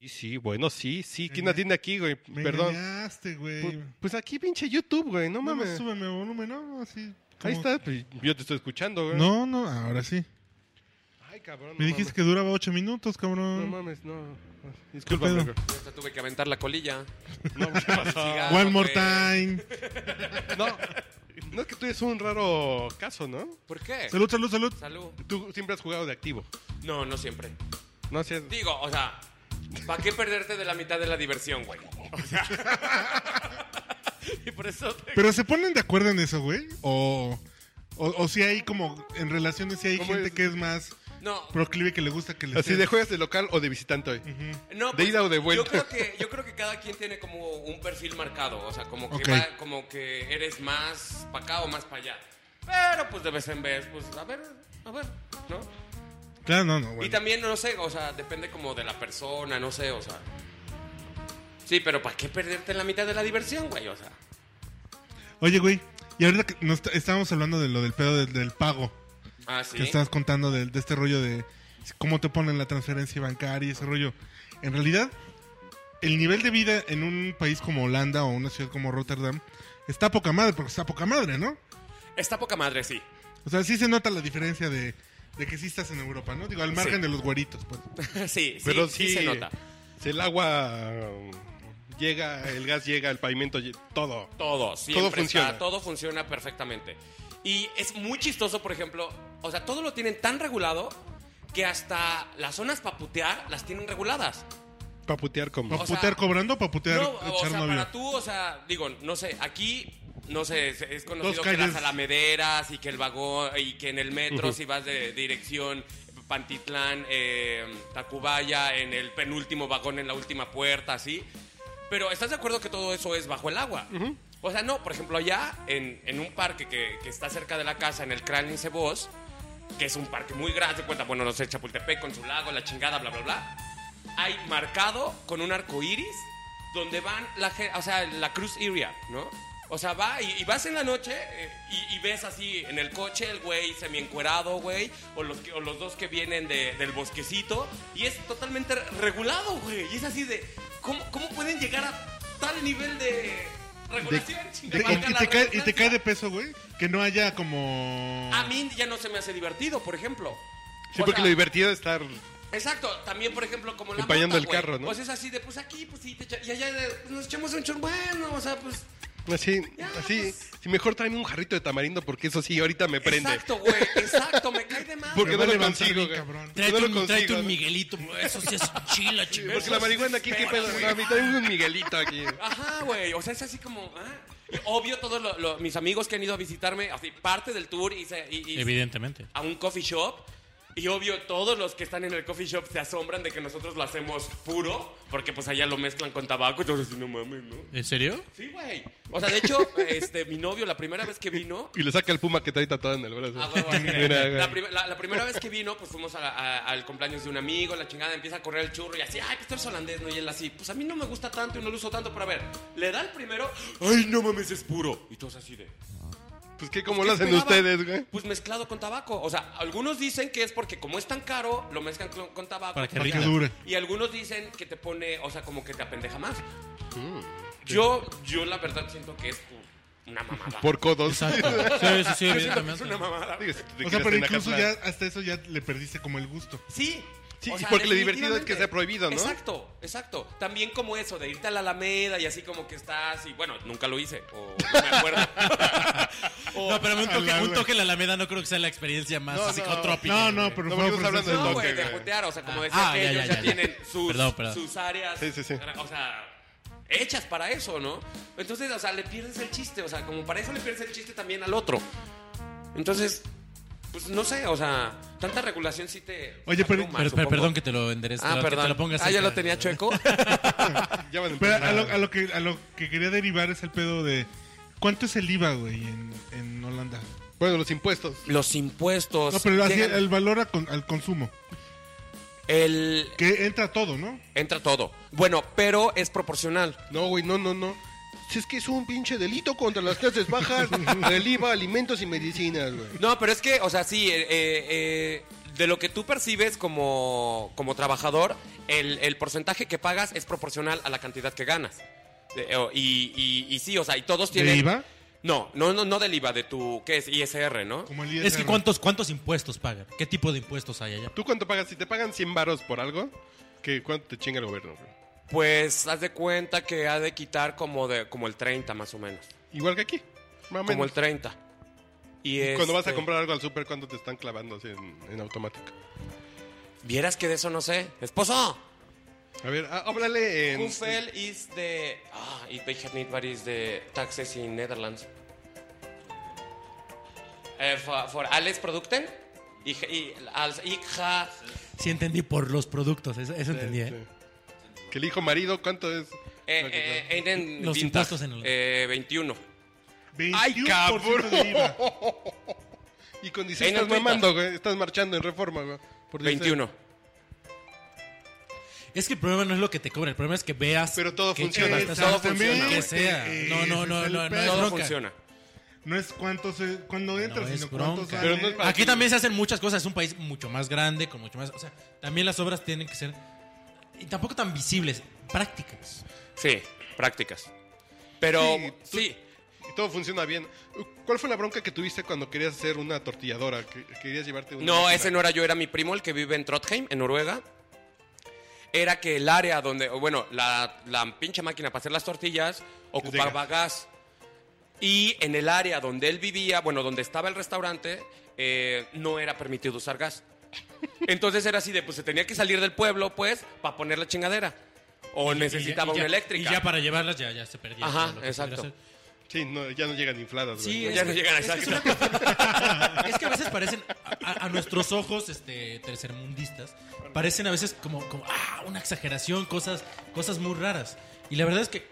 A: Y sí, bueno, sí, sí. ¿Quién la tiene aquí, güey?
B: Me
A: Perdón.
B: engañaste, güey.
A: Pu- Pues aquí pinche YouTube, güey, no
B: No mames.
A: mames.
B: súbeme volumen, ¿no? Así.
A: Ahí
B: como-
A: está, pues, yo te estoy escuchando, güey.
B: No, no, ahora sí.
A: Ay, cabrón.
B: Me dijiste que duraba ocho minutos,
A: No
B: cabrón.
A: mames, no. Discúlpame,
B: Mm. pedo?
A: güey.
D: Yo hasta tuve que aventar la colilla.
A: No,
C: Ah,
A: ¿qué pasó?
D: Cigarro,
B: One more
D: güey.
B: time.
A: No, no es que tú eres un raro caso, ¿no?
D: ¿Por qué?
B: Salud, salud, salud.
D: Salud.
A: Tú siempre has jugado de activo.
D: No, no siempre.
A: No sé.
D: Digo, o sea, ¿para qué perderte de la mitad de la diversión, güey? O sea. y por eso te-
B: Pero se ponen de acuerdo en eso, güey. O, o, o si hay como en relaciones, si hay
A: ¿Cómo
B: gente
A: es?
B: que es más
D: No,
B: proclive que le gusta que le
A: Así
B: estén-
A: de juegas de local o de visitante hoy.
D: no. pues,
A: de ida o de vuelta.
D: Yo creo, que, yo creo que cada quien tiene como un perfil marcado. O sea, como que,
B: Ok.
D: va- como que eres más para acá o más para allá. Pero pues de vez en vez, pues a ver, a ver, ¿no?
B: Claro, no, no, güey.
D: Y también, no sé, o sea, depende como de la persona, no sé, o sea. Sí, pero ¿para qué perderte la mitad de la diversión, güey? O sea.
B: Oye, güey. Y ahorita que nos t- estábamos hablando de lo del pedo del, del pago.
D: Ah, sí.
B: que estabas contando de, de este rollo de cómo te ponen la transferencia bancaria y ese rollo. En realidad, el nivel de vida en un país como Holanda o una ciudad como Rotterdam está poca madre, porque está poca madre, ¿no?
D: Está poca madre, sí.
B: O sea, sí se nota la diferencia de, de que sí estás en Europa, ¿no? Digo, al margen
D: Sí.
B: de los güeritos, pues.
D: sí, sí,
A: Pero
D: sí
A: sí,
D: se nota.
A: Si el agua um, llega, el gas llega, el pavimento, lle- todo.
D: Todo, siempre está,
A: funciona.
D: todo funciona perfectamente. Y es muy chistoso, por ejemplo, o sea, todo lo tienen tan regulado que hasta las zonas para putear las tienen reguladas.
A: Para putear como.
B: ¿Para
D: O sea,
B: putear cobrando o para putear
D: No, o
B: echar
D: sea,
B: novio?
D: para tú, o sea, digo, no sé, aquí, no sé, es, es conocido
B: Dos
D: que las
B: calles.
D: alamederas y que el vagón, y que en el metro, si vas de dirección Pantitlán, eh, Tacubaya, en el penúltimo vagón, en la última puerta, así. Pero ¿estás de acuerdo que todo eso es bajo el agua? O sea, no, por ejemplo, allá en, en un parque que, que está cerca de la casa, en el Cráneo Cebos, que es un parque muy grande, cuenta, bueno, no sé, Chapultepec con su lago, la chingada, bla, bla, bla. Hay marcado con un arco iris donde van la, ge- o sea, la cruz area, ¿no? O sea, va y, y vas en la noche eh, y, y ves así en el coche el güey semiencuerado, güey, o los, que- o los dos que vienen de- del bosquecito, y es totalmente regulado, güey. Y es así de, ¿cómo, cómo pueden llegar a tal nivel de
B: De-
D: regulación?
B: de-
D: Chinga,
B: y,
D: valga
B: y
D: la
B: te cae, y te
D: redundancia.
B: cae de peso, güey, que no haya como...
D: A mí ya no se me hace divertido, por ejemplo.
A: Sí,
D: O
A: porque
D: sea,
A: lo divertido es estar.
D: Exacto, también por ejemplo como la
A: Empañando
D: mota,
A: el
D: güey.
A: carro, ¿no?
D: Pues es así de, pues aquí, pues sí, te echa- y allá de, pues, nos echamos un chon, bueno, o sea, pues...
A: Así,
D: Ya,
A: así.
D: pues.
A: Si mejor tráeme un jarrito de tamarindo, porque eso sí, ahorita me prende.
D: Exacto, güey, exacto, me cae de madre.
A: Porque
B: Me va
A: no
B: a
A: lo
B: levantar
A: consigo,
B: bien,
A: güey.
B: cabrón.
A: Porque
C: Tráete,
A: no
C: un,
A: lo
C: tráete un
A: consigo, ¿no?
C: Miguelito, güey, eso sí es chila, chingón.
A: Porque la marihuana aquí, ¿qué pedo? No, a mí tráeme un Miguelito aquí.
D: Ajá, güey, o sea, es así como... ah. Y Obvio, todos lo- lo- mis amigos que han ido a visitarme, así, parte del tour y, se- y- y-
C: Evidentemente.
D: a un coffee shop. Y obvio, todos los que están en el coffee shop se asombran de que nosotros lo hacemos puro, porque pues allá lo mezclan con tabaco y todos así, no mames, ¿no?
C: ¿En serio?
D: Sí, güey. O sea, de hecho, este, mi novio, la primera vez que vino,
A: Y le saca el puma que trae tatuado en el brazo.
D: Ah, huevo, así de-
A: Mira, güey.
D: la, prim- la- la primera vez que vino, pues fuimos a la- a- al cumpleaños de un amigo, la chingada empieza a correr el churro y así, ay, pues tú eres holandés, ¿no? Y él así, pues a mí no me gusta tanto y no lo uso tanto, pero a ver, le da el primero, ay, no mames, es puro. Y todos así de...
A: Pues que como
D: ¿qué
A: lo hacen
D: esperaba?
A: ustedes, güey.
D: Pues mezclado con tabaco. O sea, algunos dicen que es porque como es tan caro, lo mezclan con, con tabaco.
C: Para que
D: porque-
B: rinda. dure.
D: Y algunos dicen que te pone, o sea, como que te apendeja más.
A: Mm.
D: Yo, yo la verdad siento que es pues, una mamada.
A: Por codos.
C: Exacto. Sí, sí, sí, evidentemente.
B: O
A: Digo, si tú te
B: sea,
A: quieres
B: pero
A: en
B: incluso
A: Acatlán.
B: ya hasta eso ya le perdiste como el gusto.
D: Sí.
A: Sí, y porque lo divertido es que
D: definitivamente.
A: sea prohibido, ¿no?
D: Exacto, exacto. También como eso, de irte a la Alameda y así como que estás y bueno, nunca lo hice, o no me acuerdo. O-
C: No, pero un toque,
B: Ala,
C: un
B: ala.
C: toque en la Alameda no creo que sea la experiencia más
A: No, no.
C: psicotrópica.
B: No,
C: güey.
B: no, pero
A: No,
B: fue
A: porque estamos
B: ofrecerse-
A: hablando
D: No, güey,
A: Ok,
D: de
A: güey.
D: putear, o sea, como
C: Ah,
D: decía
C: ah,
D: que
C: ya,
D: ellos
C: ya,
D: ya,
C: ya.
D: tienen sus,
C: Perdón, perdón.
D: sus áreas,
A: Sí, sí, sí.
D: o sea, hechas para eso, ¿no? Entonces, o sea, le pierdes el chiste, o sea, como para eso le pierdes el chiste también al otro. Entonces, pues no sé, o sea, tanta regulación sí te...
B: Oye, pero-
D: abruma,
C: Pero, espera,
D: supongo.
C: perdón que te lo endereces.
D: Ah,
C: pero que
D: perdón.
C: te lo pongas
D: ah, ya
C: cerca.
D: lo tenía chueco.
A: Ya van a
B: Pero
A: empezar.
B: a lo, a lo que, a lo que quería derivar es el pedo de. ¿Cuánto es el IVA, güey, en, en Holanda?
A: Bueno, los impuestos.
D: Los impuestos.
B: No, pero así,
D: llegan-
B: el valor a con- al consumo.
D: el-
B: Que entra todo, ¿no?
D: Entra todo. Bueno, pero es proporcional.
A: No, güey, no, no, no. Si es que es un pinche delito contra las clases bajas, el IVA, alimentos y medicinas, güey.
D: No, pero es que, o sea, sí, eh, eh, eh, de lo que tú percibes como, como trabajador, el, el porcentaje que pagas es proporcional a la cantidad que ganas. De- o- y, y- y sí, o sea, y todos tienen...
B: IVA?
D: No, no, no, no del IVA, de tu, ¿qué es? ISR, ¿no?
B: Como el
C: Es que
B: ISR.
C: ¿cuántos, ¿cuántos impuestos pagan? ¿Qué tipo de impuestos hay allá?
A: ¿Tú cuánto pagas? Si te pagan 100 varos por algo, ¿qué, ¿cuánto te chinga el gobierno? güey?
D: Pues haz de cuenta que ha de quitar como, de, como el 30 más o menos.
A: Igual que aquí. Más o
D: Como
A: menos.
D: el 30. Y
A: Cuando vas a
D: este,
A: comprar algo al súper, ¿cuánto te están clavando así en, en automático?
D: Vieras que de eso no sé. Esposo.
A: A ver, ah, háblale en...
D: Who fell is the... Ah, it they had need is the taxes in Netherlands. Eh, for, for alles producten. Y, y, als ik ga...
C: Sí entendí por los productos, eso, eso entendí, ¿eh?
A: Sí. Que el hijo marido, ¿cuánto es?
D: Eh,
A: Lo que-
D: eh, einen
C: Los
D: Winter,
C: impuestos en el-
D: Eh, 21.
B: 21% de IVA.
A: Y con 16
D: Ahí no
A: estás
D: cuentas.
A: mamando, güey. Estás marchando en reforma, güey. Por 16.
D: 21.
C: Es que el problema no es lo que te cobran, el problema es que veas.
A: Pero todo
C: que
A: funciona.
C: gastas-
D: Todo
B: funciona.
C: Que sea. No, no, no,
B: Ese es el
C: no, no,
A: "Ah,
B: pedo.
C: es
D: Todo
C: bronca.
D: funciona.
B: No es cuánto se, cuando entras,
C: es
B: sino cuánto
C: bronca.
B: sale.
A: Pero no es para-
C: Aquí también se hacen muchas cosas, es un país mucho más grande, con mucho más. O sea, también las obras tienen que ser. Y tampoco tan visibles, prácticas.
D: Sí, prácticas. Pero
A: Sí,
D: sí,
A: tú- Y todo funciona bien. ¿Cuál fue la bronca que tuviste cuando querías hacer una tortilladora? Que- querías llevarte una...
D: No,
A: máquina.
D: ese no era yo, era mi primo, el que vive en Trondheim, en Noruega. Era que el área donde, o bueno, la, la pinche máquina para hacer las tortillas ocupaba gas. Y en el área donde él vivía, bueno, donde estaba el restaurante, eh, no era permitido usar gas. Entonces era así de, pues se tenía que salir del pueblo, pues, para poner la chingadera. O
C: Y
D: necesitaba
C: ya-
D: una
C: y ya-
D: eléctrica.
C: Y ya para llevarlas ya, ya se perdía.
D: Ajá,
C: todo lo que
D: exacto.
C: pudiera hacer.
A: Sí, no, ya no llegan infladas, güey.
C: Sí,
A: ¿no?
D: Ya no llegan a
C: Es que, es una cuestión- es que a veces parecen, a, a nuestros ojos este, tercermundistas, parecen a veces como, como ah, una exageración, cosas, cosas muy raras. Y la verdad es que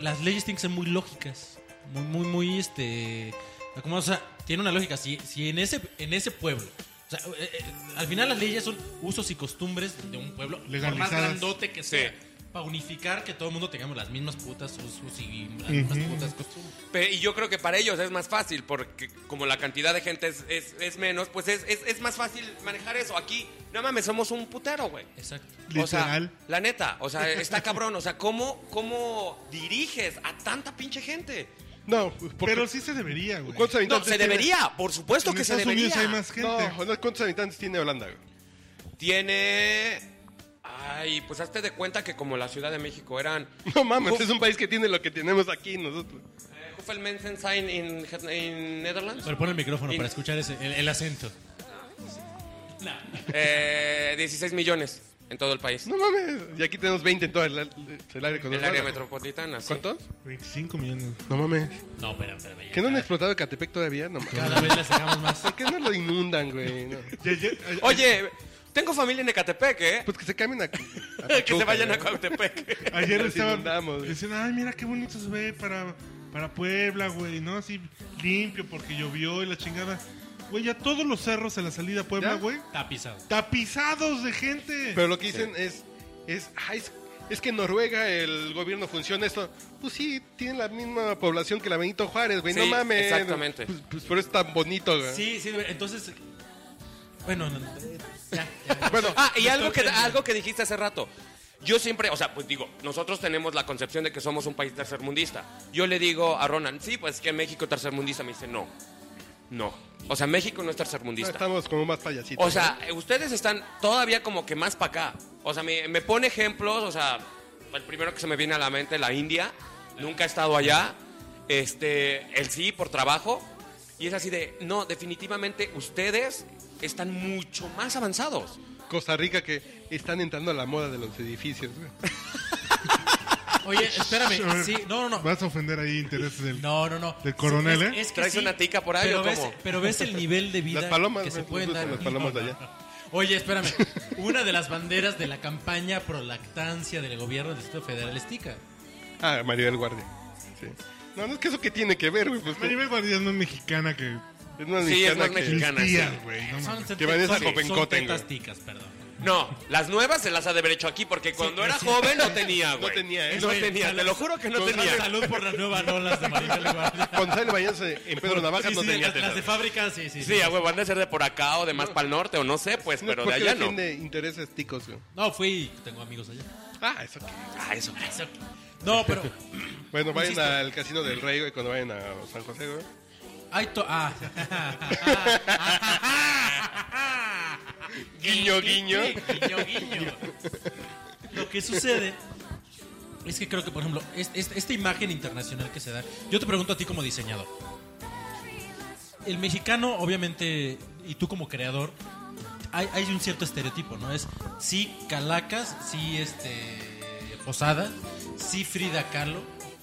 C: las leyes tienen que ser muy lógicas, muy, muy, muy, este, acomodadas. O sea, tiene una lógica. Si, si en, ese, en ese pueblo, o sea, eh, eh, al final las leyes son usos y costumbres de un pueblo, por más
B: Legalizadas.
C: grandote que sea.
D: Sí.
C: Para unificar que todo el mundo tengamos las mismas putas usos y las mismas putas costumbres.
D: Pe- y yo creo que para ellos es más fácil, porque como la cantidad de gente es, es- es menos, pues es, es- es más fácil manejar eso. Aquí, no mames, somos un putero, güey.
C: Exacto.
D: O sea,
B: Literal.
D: la neta, o sea, está cabrón. O sea, ¿cómo, cómo diriges a tanta pinche gente?
A: No, porque...
B: Pero sí se debería, güey.
A: ¿Cuántos
D: No,
A: habitantes
D: se
A: tiene-
D: debería, por supuesto
B: En
D: que se
B: Estados
D: debería.
B: Unidos hay más gente.
A: No, no, ¿cuántos habitantes tiene Holanda, güey?
D: Tiene. Ay, pues hazte de cuenta que como la Ciudad de México eran.
A: No mames,
D: Uf.
A: es un país que tiene lo que tenemos aquí nosotros.
D: eh, Hoefelmensensein in, Het- in Netherlands.
C: Pero pon el micrófono para escuchar ese, el, el acento.
D: eh, 16 millones en todo el país.
A: No mames. Y aquí tenemos 20 en todo el, el área
D: En el área metropolitana. sí.
A: ¿Cuántos?
B: 25 millones.
A: No mames.
C: No, espera, espera. ya.
A: ¿Que no han explotado Catepec todavía? No mames.
C: Cada vez le sacamos más.
A: ¿Por qué no lo inundan, güey? No.
B: Ya, ya, a-
D: Oye, tengo familia en Ecatepec, ¿eh?
A: Pues que se cambien a... a
D: que
A: Pachuca,
D: se vayan a
A: güey.
D: Coatepec.
B: a- ayer
A: Nos
B: estaba
A: inundamos, güey.
B: diciendo, ay, mira qué bonito se ve para, para Puebla, güey, ¿no? Así limpio porque llovió y la chingada. Güey, ya todos los cerros a la salida a Puebla,
A: ¿Ya?
B: güey,
C: Tapizado.
B: tapizados de gente.
A: Pero lo que dicen es, es, "Ay, es... es que en Noruega el gobierno funciona esto. Pues sí, tienen la misma población que la Benito Juárez, güey. no
D: Sí,
A: mames.
D: exactamente.
A: Pues, pues por eso es tan bonito, güey.
C: Sí, sí, entonces. Bueno, no, no, ya, ya.
A: Bueno,
D: Ah, y algo que, algo que dijiste hace rato. Yo siempre, o sea, pues digo, nosotros tenemos la concepción de que somos un país tercermundista. Yo le digo a Ronan, sí, pues que México tercermundista. Me dice, no, no. O sea, México no es
A: no,
D: tercermundista.
A: estamos como más payasitos.
D: O sea, eh, ustedes están todavía como que más para acá. O sea, me, me pone ejemplos, o sea, el primero que se me viene a la mente, la India. Nunca he estado allá. Este, el sí, por trabajo. Y es así de, no, definitivamente ustedes están mucho más avanzados.
A: ¿no? Costa Rica que están entrando a la moda de los edificios, güey.
C: Oye, espérame. Sí, no, no, no.
B: Vas a ofender ahí intereses del...
C: No, no, no.
B: ¿Del coronel, eh?
C: que
D: ¿Traes
C: sí,
D: una tica por ahí
C: pero
D: o
C: ves,
D: cómo?
C: pero ves el nivel de vida
A: Las palomas,
C: que se
A: ¿no?
C: pueden dar.
A: Las palomas de
C: No, no,
A: allá.
C: no. Oye, espérame. Una de las banderas de la campaña pro lactancia del gobierno del Distrito Federal es tica.
A: Ah, Maribel Guardia. Sí. No, no es que eso que tiene que ver, güey. Pues,
B: Maribel Guardia es una mexicana que...
A: Es una
D: Sí,
A: mexicana
D: es más
A: que-
D: mexicana.
B: Mis
D: sí.
B: tías, güey, no mames.
C: Son,
A: Que van a esa
C: son- son
A: Copencoten,
C: tetas
A: güey.
C: ticas, perdón.
D: No, las nuevas se las ha de haber hecho aquí porque cuando era joven no tenía, güey.
A: tenía, ¿eh?
D: No
A: Güey,
D: tenía, te lo juro que no tenía.
C: Salud por las nuevas rolas de Maribel Guardia.
A: Cuando sale Bañarse en Pedro Navajas
C: Sí,
A: no
C: sí,
A: tenía
C: las, las de
A: tetas.
C: fábrica, sí, sí.
D: Sí, a huevo, han de ser de por acá o de más para el norte o no sé, pues,
A: No,
D: pero de
A: porque
D: allá
A: la
D: no.
A: gente intereses ticos, güey.
C: No, fui y tengo amigos allá.
A: Ah, eso qué.
D: Ah, eso, eso.
C: No, pero
A: Bueno, vayan
C: Insisto.
A: al Casino del Rey, güey, cuando vayan a San José, güey.
C: hay to... Ah.
A: Guiño, guiño.
C: Guiño, guiño. Lo que sucede es que creo que, por ejemplo, es- es- esta imagen internacional que se da, yo te pregunto a ti como diseñador. El mexicano, obviamente, y tú como creador, hay, hay un cierto estereotipo, ¿no? Es sí Calacas, sí este Posada, sí Frida Kahlo,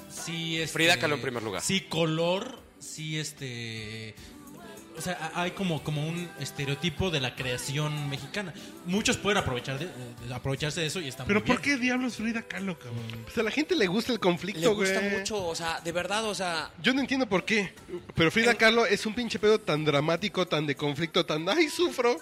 C: sí este,
D: Frida Kahlo en primer lugar.
C: Sí color, sí este o sea, ha- hay como, como un estereotipo de la creación mexicana. Muchos pueden aprovechar de, eh, de- aprovecharse de eso y están
B: Pero ¿por qué diablos Frida Kahlo, cabrón?
A: Pues a la gente le gusta el
D: Le
A: conflicto, güey.
D: gusta mucho, o sea, de verdad, o sea,
A: Yo no entiendo por qué. Pero Frida Kahlo es un pinche pedo tan dramático, tan de conflicto, tan ay, sufro.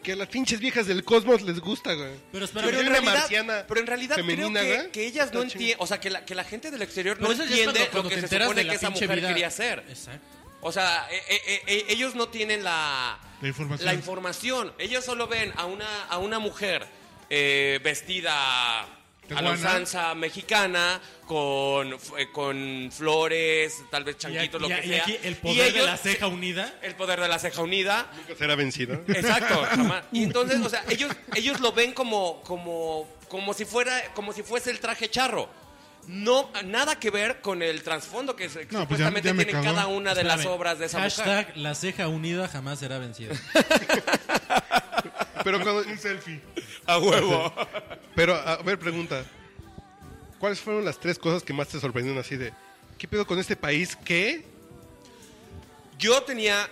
A: Que a las pinches viejas del cosmos les gusta, güey.
C: Pero espera,
A: Si
D: Pero en,
A: hubiera una
D: realidad, pero en realidad
A: femenina,
D: creo que,
A: güey, Ah,
D: que ellas no
A: está chingón.
D: entienden, o sea, que la, que la gente del exterior no
C: Pero eso ya es cuando-
D: entiende
C: cuando
D: lo
C: te
D: que se
C: enteras de
D: supone
C: la
D: que esa
C: pinche
D: mujer
C: vida.
D: quería hacer.
C: Exacto.
D: O sea, eh, eh, eh, ellos no tienen la,
B: La información.
D: la información. Ellos solo ven a una, a una mujer eh, vestida a la
B: Tehuana.
D: usanza mexicana, con, eh, con flores, tal vez
C: Y,
D: chanquitos, lo
C: y-
D: que
C: y
D: sea.
C: aquí el poder
D: Y ellos-
C: de la ceja unida.
D: El poder de la ceja unida.
A: Será vencido.
D: Exacto, jamás. Y entonces, o sea, ellos, ellos lo ven como, como, como si fuera, como si fuese el traje charro. No, nada que ver con el trasfondo que se-
B: No, pues ya-
D: supuestamente
B: ya me
D: tiene
B: cagó.
D: cada una de las
C: Espérame.
D: obras de esa mujer.
C: Hashtag la ceja unida jamás será vencida.
A: Pero cuando.
B: Un selfie.
D: A huevo.
A: Pero, a ver, pregunta. ¿Cuáles fueron las tres cosas que más te sorprendieron así de. ¿Qué pedo con este país? ¿Qué?
D: Yo tenía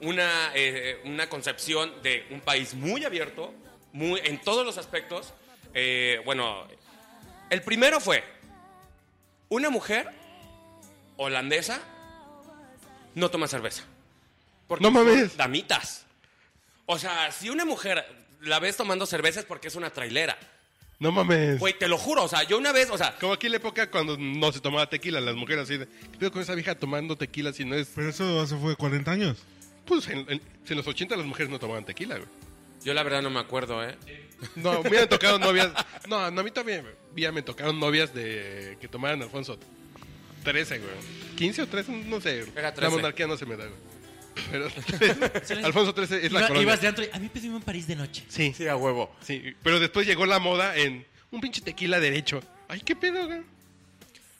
D: una, eh, una concepción de un país muy abierto, muy, en todos los aspectos. Eh, bueno, el primero fue una mujer holandesa no toma cerveza. Porque
A: No
D: son
A: mames.
D: Damitas. O sea, si una mujer la ves tomando cerveza es porque es una trailera.
A: No mames.
D: Güey, te lo juro, o sea, yo una vez, o sea,
A: Como aquí en la época cuando no se tomaba tequila, las mujeres así de. ¿Qué pedo con esa vieja tomando tequila si no es.
B: Pero eso hace fue 40 años.
A: Pues en, en- en los 80 las mujeres no tomaban tequila, güey.
D: yo la verdad no me acuerdo, ¿eh?
A: No, me han tocado novias. No, no, a mí también ya me tocaron novias de que tomaran Alfonso 13, güey. 15 o 13, no sé.
D: Era
A: La
D: 13.
A: monarquía no se me da, güey. Pero Alfonso 13 es la
C: Iba-
A: colonia.
C: ibas de antro y, a mí pedíme un París de noche.
A: Sí,
D: Sí, a huevo.
A: sí. Pero después llegó la moda en un pinche tequila derecho. Ay, qué pedo, güey.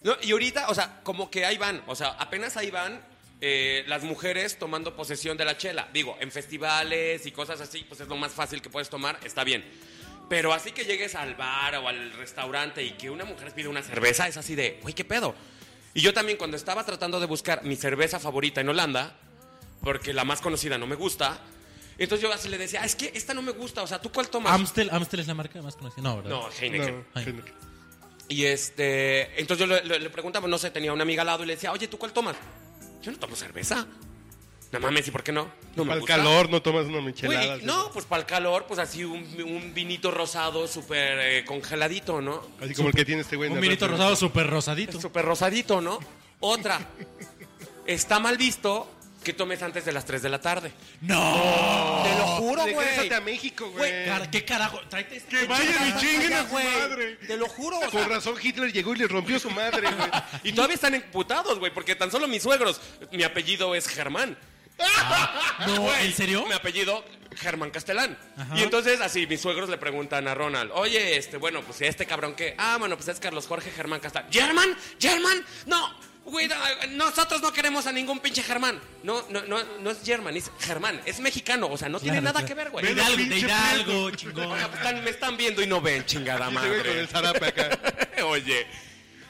D: No, y ahorita, o sea, como que ahí van, o sea, apenas ahí van eh, las mujeres tomando posesión de la chela. Digo, en festivales y cosas así, pues es lo más fácil que puedes tomar, está bien. Pero así que llegues al bar o al restaurante y que una mujer pide una cerveza, es así de, güey, qué pedo. Y yo también cuando estaba tratando de buscar mi cerveza favorita en Holanda, porque la más conocida no me gusta, entonces yo así le decía, "Ah, es que esta no me gusta, o sea, ¿tú cuál tomas?
C: Amstel, Amstel es la marca más conocida. No, ¿verdad?
D: no, Heineken.
A: No,
C: Ay.
A: Heineken.
D: Y este, entonces yo le, le- le preguntaba, no sé, tenía una amiga al lado y le decía, oye, ¿tú cuál tomas? Yo no tomo cerveza. No mames, ¿y por qué no? No me
A: Para el
D: gusta.
A: calor no tomas una
D: Güey,
A: michelada. así.
D: no, pues para el calor, pues así un, un vinito rosado súper eh, congeladito, ¿no?
A: Así como el que tiene este güey. en
C: Un
A: el
C: vinito
A: refri.
C: rosado súper rosadito.
D: Súper rosadito, ¿no? Otra, está mal visto que tomes antes de las 3 de la tarde.
C: ¡No!
D: Te lo juro, güey.
A: Regrésate a México, güey.
D: Güey,
C: Car- ¿Qué carajo? Tráete este-
B: Que vayan y chinguen a su
D: Güey,
B: madre.
D: Te lo juro. o sea,
A: Con razón Hitler llegó y le rompió su madre, güey.
D: Y todavía están emputados, güey, porque tan solo mis suegros, mi apellido es Germán.
C: Ah, No,
D: Güey,
C: ¿en serio?
D: Mi apellido, Germán Castelán.
C: Ajá.
D: Y entonces, así, mis suegros le preguntan a Ronald, oye, este, bueno, pues ¿y este cabrón qué? Ah, bueno, pues es Carlos Jorge Germán Castelán. ¿Germán? ¿Germán? No, güey, no, nosotros no queremos a ningún pinche Germán. No, no, no, no es Germán, es Germán, es mexicano, o sea, no tiene
C: Claro, claro.
D: nada que ver,
C: De
D: güey.
B: Ven.
C: Hidalgo, de
B: pinche
C: Hidalgo,
B: pueblo.
D: O
C: chingón.
D: sea, pues, están- me están viendo y no ven, chingada
A: Ese güey
D: madre.
A: con el zarape acá.
D: Oye.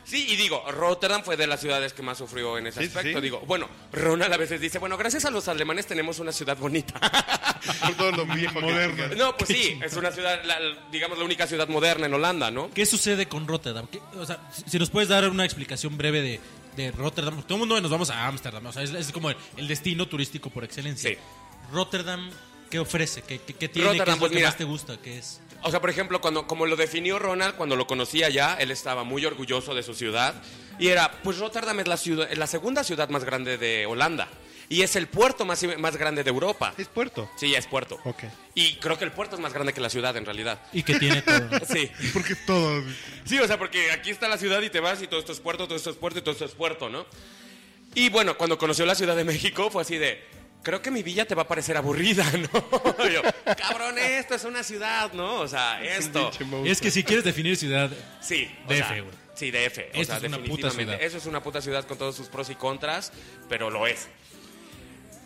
D: Sí, y digo, Rotterdam fue de las ciudades que más sufrió en ese
A: Sí, sí,
D: aspecto.
A: sí.
D: Digo, bueno, Ronald a veces dice, bueno, gracias a los alemanes tenemos una ciudad bonita.
A: Por todo lo viejo que
B: Moderno.
A: chingas.
D: no, pues sí, es una ciudad, la- la- digamos, la única ciudad moderna en Holanda, ¿no?
C: ¿Qué sucede con Rotterdam? ¿Qué- o sea, si- si nos puedes dar una explicación breve de, de Rotterdam. porque Todo el mundo nos vamos a Ámsterdam. O sea, es, es como el, el destino turístico por excelencia.
D: Sí.
C: Rotterdam, ¿Qué ofrece? ¿Qué, qué, qué tiene? ¿Qué es
D: Rotterdam,
C: lo
D: pues,
C: que
D: mira.
C: más te gusta? ¿Qué es?
D: O sea, por ejemplo, cuando, como lo definió Ronald cuando lo conocía ya, él estaba muy orgulloso de su ciudad. Y era, pues Rotterdam es la, ciudad, es la segunda ciudad más grande de Holanda. Y es el puerto más, más grande de Europa.
A: Es puerto.
D: Sí, es puerto.
A: Ok.
D: Y creo que el puerto es más grande que la ciudad en realidad.
C: Y que tiene todo.
D: Sí.
B: Porque es todo.
D: Sí, o sea, porque aquí está la ciudad y te vas y todo esto es puerto, todo esto es puerto y todo esto es puerto, ¿no? Y bueno, cuando conoció la Ciudad de México fue así de, creo que mi villa te va a parecer aburrida, ¿no? Y yo, cabrón, esto es una ciudad, ¿no? O sea, esto.
A: Pinche monstruo.
C: es que si quieres definir ciudad,
D: Sí, o
C: DF,
D: sea,
C: güey.
D: Sí, DF. O
C: Esto
D: sea,
C: es una puta
D: definitivamente.
C: ciudad.
D: Eso es una puta ciudad con todos sus pros y contras, pero lo es.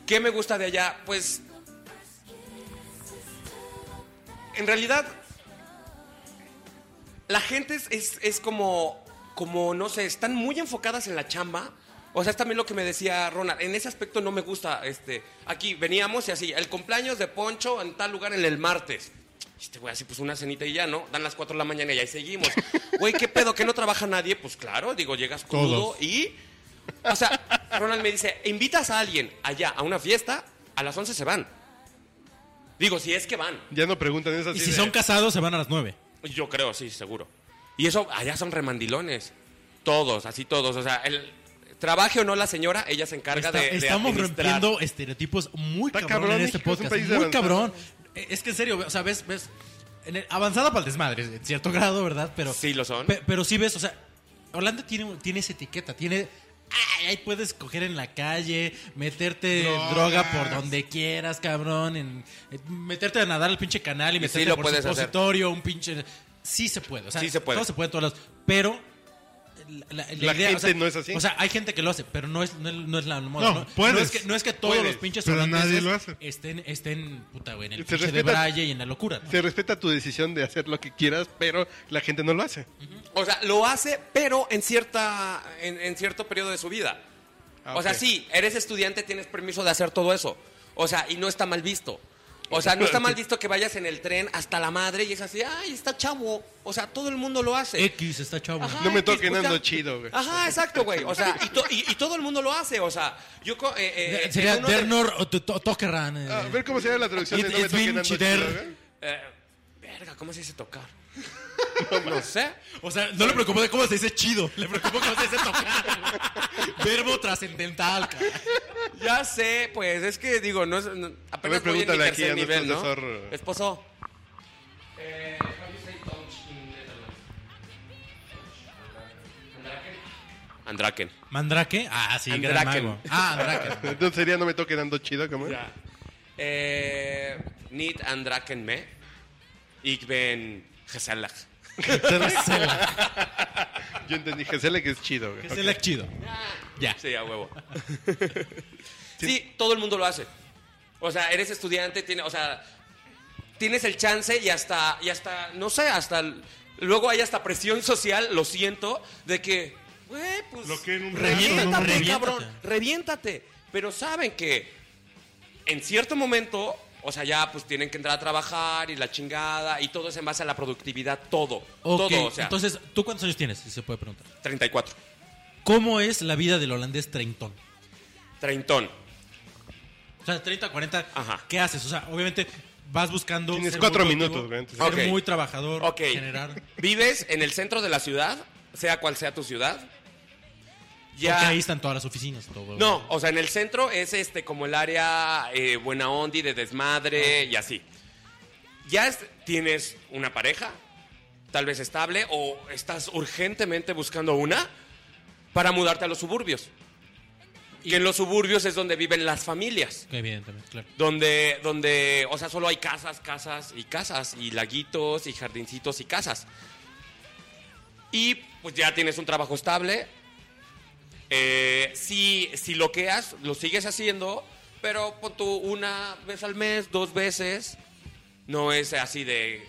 D: ¿Qué me gusta de allá? Pues. En realidad. La gente es, es- es como. Como, no sé, están muy enfocadas en la chamba. O sea, es también lo que me decía Ronald. En ese aspecto no me gusta. este Aquí veníamos y así. El cumpleaños de Poncho en tal lugar en el martes. Y Este güey, así pues una cenita y ya, ¿no? Dan las 4 de la mañana y ahí seguimos. Güey, ¿qué pedo? ¿Que no trabaja nadie? Pues claro, digo, llegas crudo
B: Todos.
D: y. O sea, Ronald me dice, invitas a alguien allá a una fiesta, a las 11 se van. Digo, si es que van.
A: Ya no preguntan esas.
C: y si son casados, se van a las nueve.
D: Yo creo, sí, seguro. Y eso, allá son remandilones. Todos, así todos. O sea, el trabaje o no la señora, ella se encarga
C: Está-
D: de, de
C: estamos
D: administrar.
C: rompiendo estereotipos muy
A: Está
C: cabrón,
A: cabrón,
C: en este
A: México es un
C: podcast.
A: país
C: muy
A: avanzado.
C: cabrón. Eh, Es que en serio, o sea, ves, ves. en el- avanzada para el desmadre, en cierto grado, ¿verdad? Pero,
D: Sí, lo son.
C: pe- pero sí ves, o sea, Holanda tiene, un- tiene esa etiqueta, tiene. ay, ahí puedes coger en la calle, meterte
B: Drogas.
C: droga por donde quieras, cabrón. en- eh, meterte a nadar al pinche canal y
D: sí,
C: meterte
D: lo
C: por
D: puedes hacer.
C: supositorio, un pinche. Sí se puede, o sea,
D: Sí se puede.
C: todo se puede en todos lados. Pero. La,
A: La
C: idea, o
A: gente
C: sea,
A: no es así.
C: O sea, hay gente que lo hace, pero no es, no es, no es la moda.
B: No,
C: No,
B: puedes.
C: No es que, no es que todos
A: Puedes,
C: los pinches
B: pero
C: holandeses
B: nadie lo hace.
C: Estén, estén puta, güey, en el
A: Se
C: pinche de
A: respeta-
C: braille y en la locura. ¿no?
A: Se respeta tu decisión de hacer lo que quieras, pero la gente no lo hace.
D: O sea, lo hace, pero en, cierta, en, en cierto periodo de su vida.
A: Ah,
D: o sea,
A: ok.
D: sí, eres estudiante, tienes permiso de hacer todo eso. O sea, y no está mal visto. O sea, no está mal visto que vayas en el tren hasta la madre y es así, ay, está chavo. O sea, todo el mundo lo hace.
C: X está chavo.
D: Ajá,
A: No me
D: X,
A: toquen,
D: o sea,
A: ando chido, güey.
D: Ajá, exacto, güey. O sea, y, to- y- y todo el mundo lo hace. O sea, yo. co- eh, eh,
C: Eh,
D: en
C: Sería
D: uno de-
C: Dernor o to- to- Tokeran. eh.
A: Ah, A ver cómo sería la traducción de
C: It-
A: no me
C: it's been
A: toquen ando
C: chider.
A: chido, güey.
D: Eh, verga, ¿cómo se dice tocar? No sé.
C: O sea, no le preocupó de cómo se dice chido, le preocupó cómo se dice tocar. güey. Verbo trascendental, cara.
D: Ya sé, pues es que digo, no es. no- apenas
A: ver,
D: voy en mi
A: pregúntale
D: tercer
A: aquí a
D: nivel, ¿no?
A: nuestro asesor.
D: Esposo. Andraken.
C: ¿Mandrake? Ah, sí, gran
D: Andraken.
C: mago. Ah, Andraken.
A: Entonces sería no me toquen ando chido, ¿cómo? es?
D: Ja. Eh, niet Andraken me. Ik ben gezellig.
C: Gezellig.
A: Yo entendí Gesele que es chido, güey.
C: Gezellig chido. Ya.
D: Sí, a huevo. sí, todo el mundo lo hace. O sea, eres estudiante, tiene, o sea, tienes el chance y hasta, y hasta, no sé, hasta el- luego hay hasta presión social, lo siento, de que, güey, pues
B: Lo que en un
C: rato,
D: reviéntate,
C: ¿no?
D: cabrón,
C: Reviéntate.
D: reviéntate. Pero saben que en cierto momento, o sea, ya pues tienen que entrar a trabajar y la chingada y todo es en base a la productividad, todo,
C: Ok,
D: todo, o sea,
C: entonces, ¿tú cuántos años tienes? Si se puede preguntar.
D: 34,
C: ¿Cómo es la vida del holandés treintón?
D: treintón.
C: O sea, 30, 40,
D: Ajá.
C: ¿qué haces? O sea, obviamente vas buscando.
A: Tienes
C: ser
A: cuatro
C: muy productivo,
A: minutos, güey, antes de-
C: Ser
D: Ok.
C: muy trabajador,
D: Ok.
C: generar.
D: Vives en el centro de la ciudad, sea cual sea tu ciudad. Ya.
C: Porque ahí están todas las oficinas, todo.
D: No, o sea, en el centro es este como el área eh, buena onda y de desmadre y así. Ya es- tienes una pareja, tal vez estable, o estás urgentemente buscando una para mudarte a los suburbios. Y en los suburbios es donde viven las familias.
C: Ok, Evidentemente, claro.
D: Donde, donde, o sea, solo hay casas, casas y casas, y laguitos y jardincitos y casas. Y pues ya tienes un trabajo estable. Eh, si, si loqueas, lo sigues haciendo, pero pon tú una vez al mes, dos veces. No es así de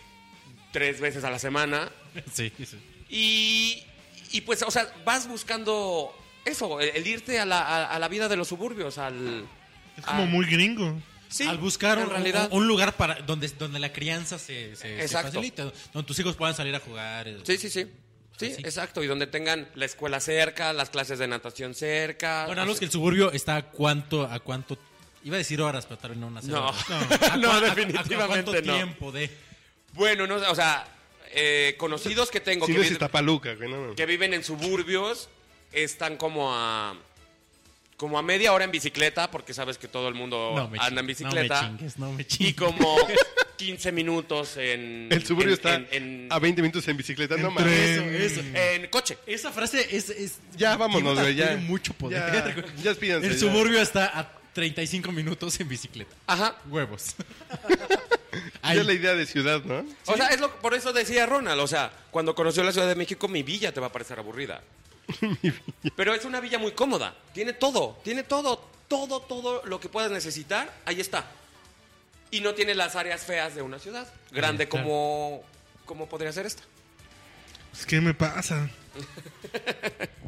D: tres veces a la semana.
C: Sí, sí.
D: Y, y, pues, o sea, vas buscando eso, el, el irte a la, a- a la vida de los suburbios, al...
B: Es como
A: Ah.
D: al-
B: muy gringo.
D: Sí,
C: Al buscar
D: en
C: un,
D: realidad.
C: un lugar para donde, donde la crianza se, se- se
D: Exacto.
C: facilita, donde tus hijos puedan salir a jugar. eh,
D: Sí, sí, sí. Sí,
C: Así.
D: exacto. Y donde tengan la escuela cerca, las clases de natación cerca.
C: Bueno, hablamos que el suburbio está a cuánto, a cuánto Iba a decir horas, pero tal vez no una
D: No.
C: semana.
D: No,
C: ¿A cuánto-
D: definitivamente
C: a cuánto
D: no.
C: tiempo de...?
D: Bueno, no, o sea, eh, conocidos que tengo
A: Sí,
D: que,
A: no es
D: vi-
A: Iztapaluca, güey, no mames.
D: que viven en suburbios están como a como a media hora en bicicleta, porque sabes que todo el mundo
C: No me
D: anda en
C: chingues,
D: Oh, bicicleta.
C: No me chingues, no me
D: y
C: chingues.
D: como 15 minutos en
A: El suburbio
D: en-
A: está
D: en- en-
A: a 20 minutos en bicicleta, no
B: En
A: mames.
B: tren.
C: Eso, eso.
D: en coche.
C: Esa frase es... es
A: Ya vámonos, güey, ya.
C: Tiene mucho poder.
A: Ya, ya despídanse,
C: El
A: ya.
C: suburbio está a 35 minutos en bicicleta.
D: Ajá.
C: Huevos.
A: Ya es la idea de ciudad, ¿no?
D: O sea, es lo, por eso decía Ronald, o sea, cuando conoció la Ciudad de México, mi villa te va a parecer aburrida. Pero es una villa muy cómoda, tiene todo, tiene todo, todo, todo lo que puedas necesitar, ahí está. Y no tiene las áreas feas de una ciudad, grande
C: Ahí está.
D: como, como podría ser esta.
B: Pues, ¿Qué me pasa?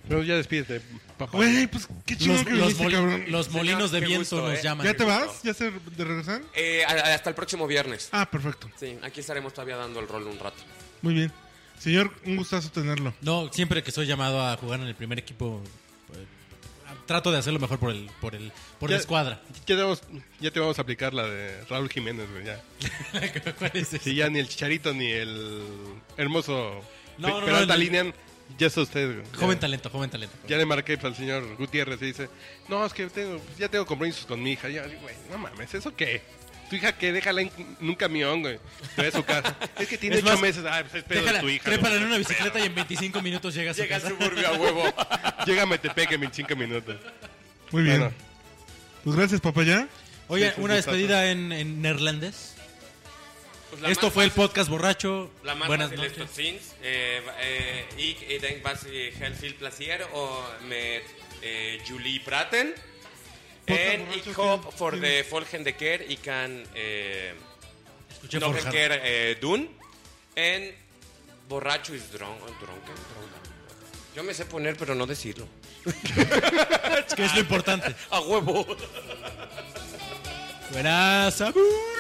A: Pero ya despídete, papá.
B: Güey, pues qué chingón
C: Los,
B: que
C: los
B: viniste,
C: moli-
B: cabrón.
C: los molinos de
D: qué
C: viento
D: gusto,
C: nos
D: ¿eh?
C: llaman.
B: ¿Ya te vas? ¿Ya se de regresan?
D: Eh, a- a- hasta el próximo viernes.
B: Ah, perfecto.
D: Sí, aquí estaremos todavía dando el rol un rato.
B: Muy bien. Señor, un gustazo tenerlo.
C: No, siempre que soy llamado a jugar en el primer equipo, eh, trato de hacerlo mejor por el, por el, por la
A: Ya-
C: escuadra.
A: Ya, te vamos- ya te vamos a aplicar la de Raúl Jiménez, güey, ya.
C: ¿Cuál es ese?
A: Si ya ni el Chicharito ni el hermoso
C: No,
A: Pe-
C: no, no,
A: Peralta
C: el-
A: alinean, ya es usted, güey. Ya.
C: Joven talento, joven talento.
A: Ya le marqué al señor Gutiérrez y dice, no, es que tengo, ya tengo compromisos con mi hija. Ya, güey, no mames, ¿eso qué? Tu hija que déjala en, en un camión, güey. Te va a su casa. Es que tiene
C: Es
A: ocho
C: más,
A: meses. Ay, pues es pedo de
C: Déjala,
A: tu hija.
C: trépala
A: güey.
C: en una bicicleta y en 25 minutos llega a su
D: Llega
C: casa.
D: suburbio a huevo.
A: Llega a Metepec en 25 minutos.
B: Muy bien.
A: Bueno.
B: Pues gracias, papá, ya.
C: Oye,
A: Sí, fue un
C: una
A: gustazo.
C: despedida en, en neerlandés.
D: Pues la
C: Esto
D: más
C: fue el podcast borracho.
D: La más
C: Buenas
D: fácil
C: noches.
D: is tot ziens. Eh, eh, ik eh, denk was eh, heel veel plezier oh, met eh, Julie praten.
B: Poca
D: En
B: borracho
D: ik
B: que-
D: hoop voor
B: que-
D: de volgende keer ik kan eh,
C: Escuché
D: nog een
C: forjar.
D: keer eh, doen. En borracho is dron- dronken. dronken. Yo me sé poner, pero no decirlo.
C: que es lo importante.
D: A huevo.
C: Buenas. salud.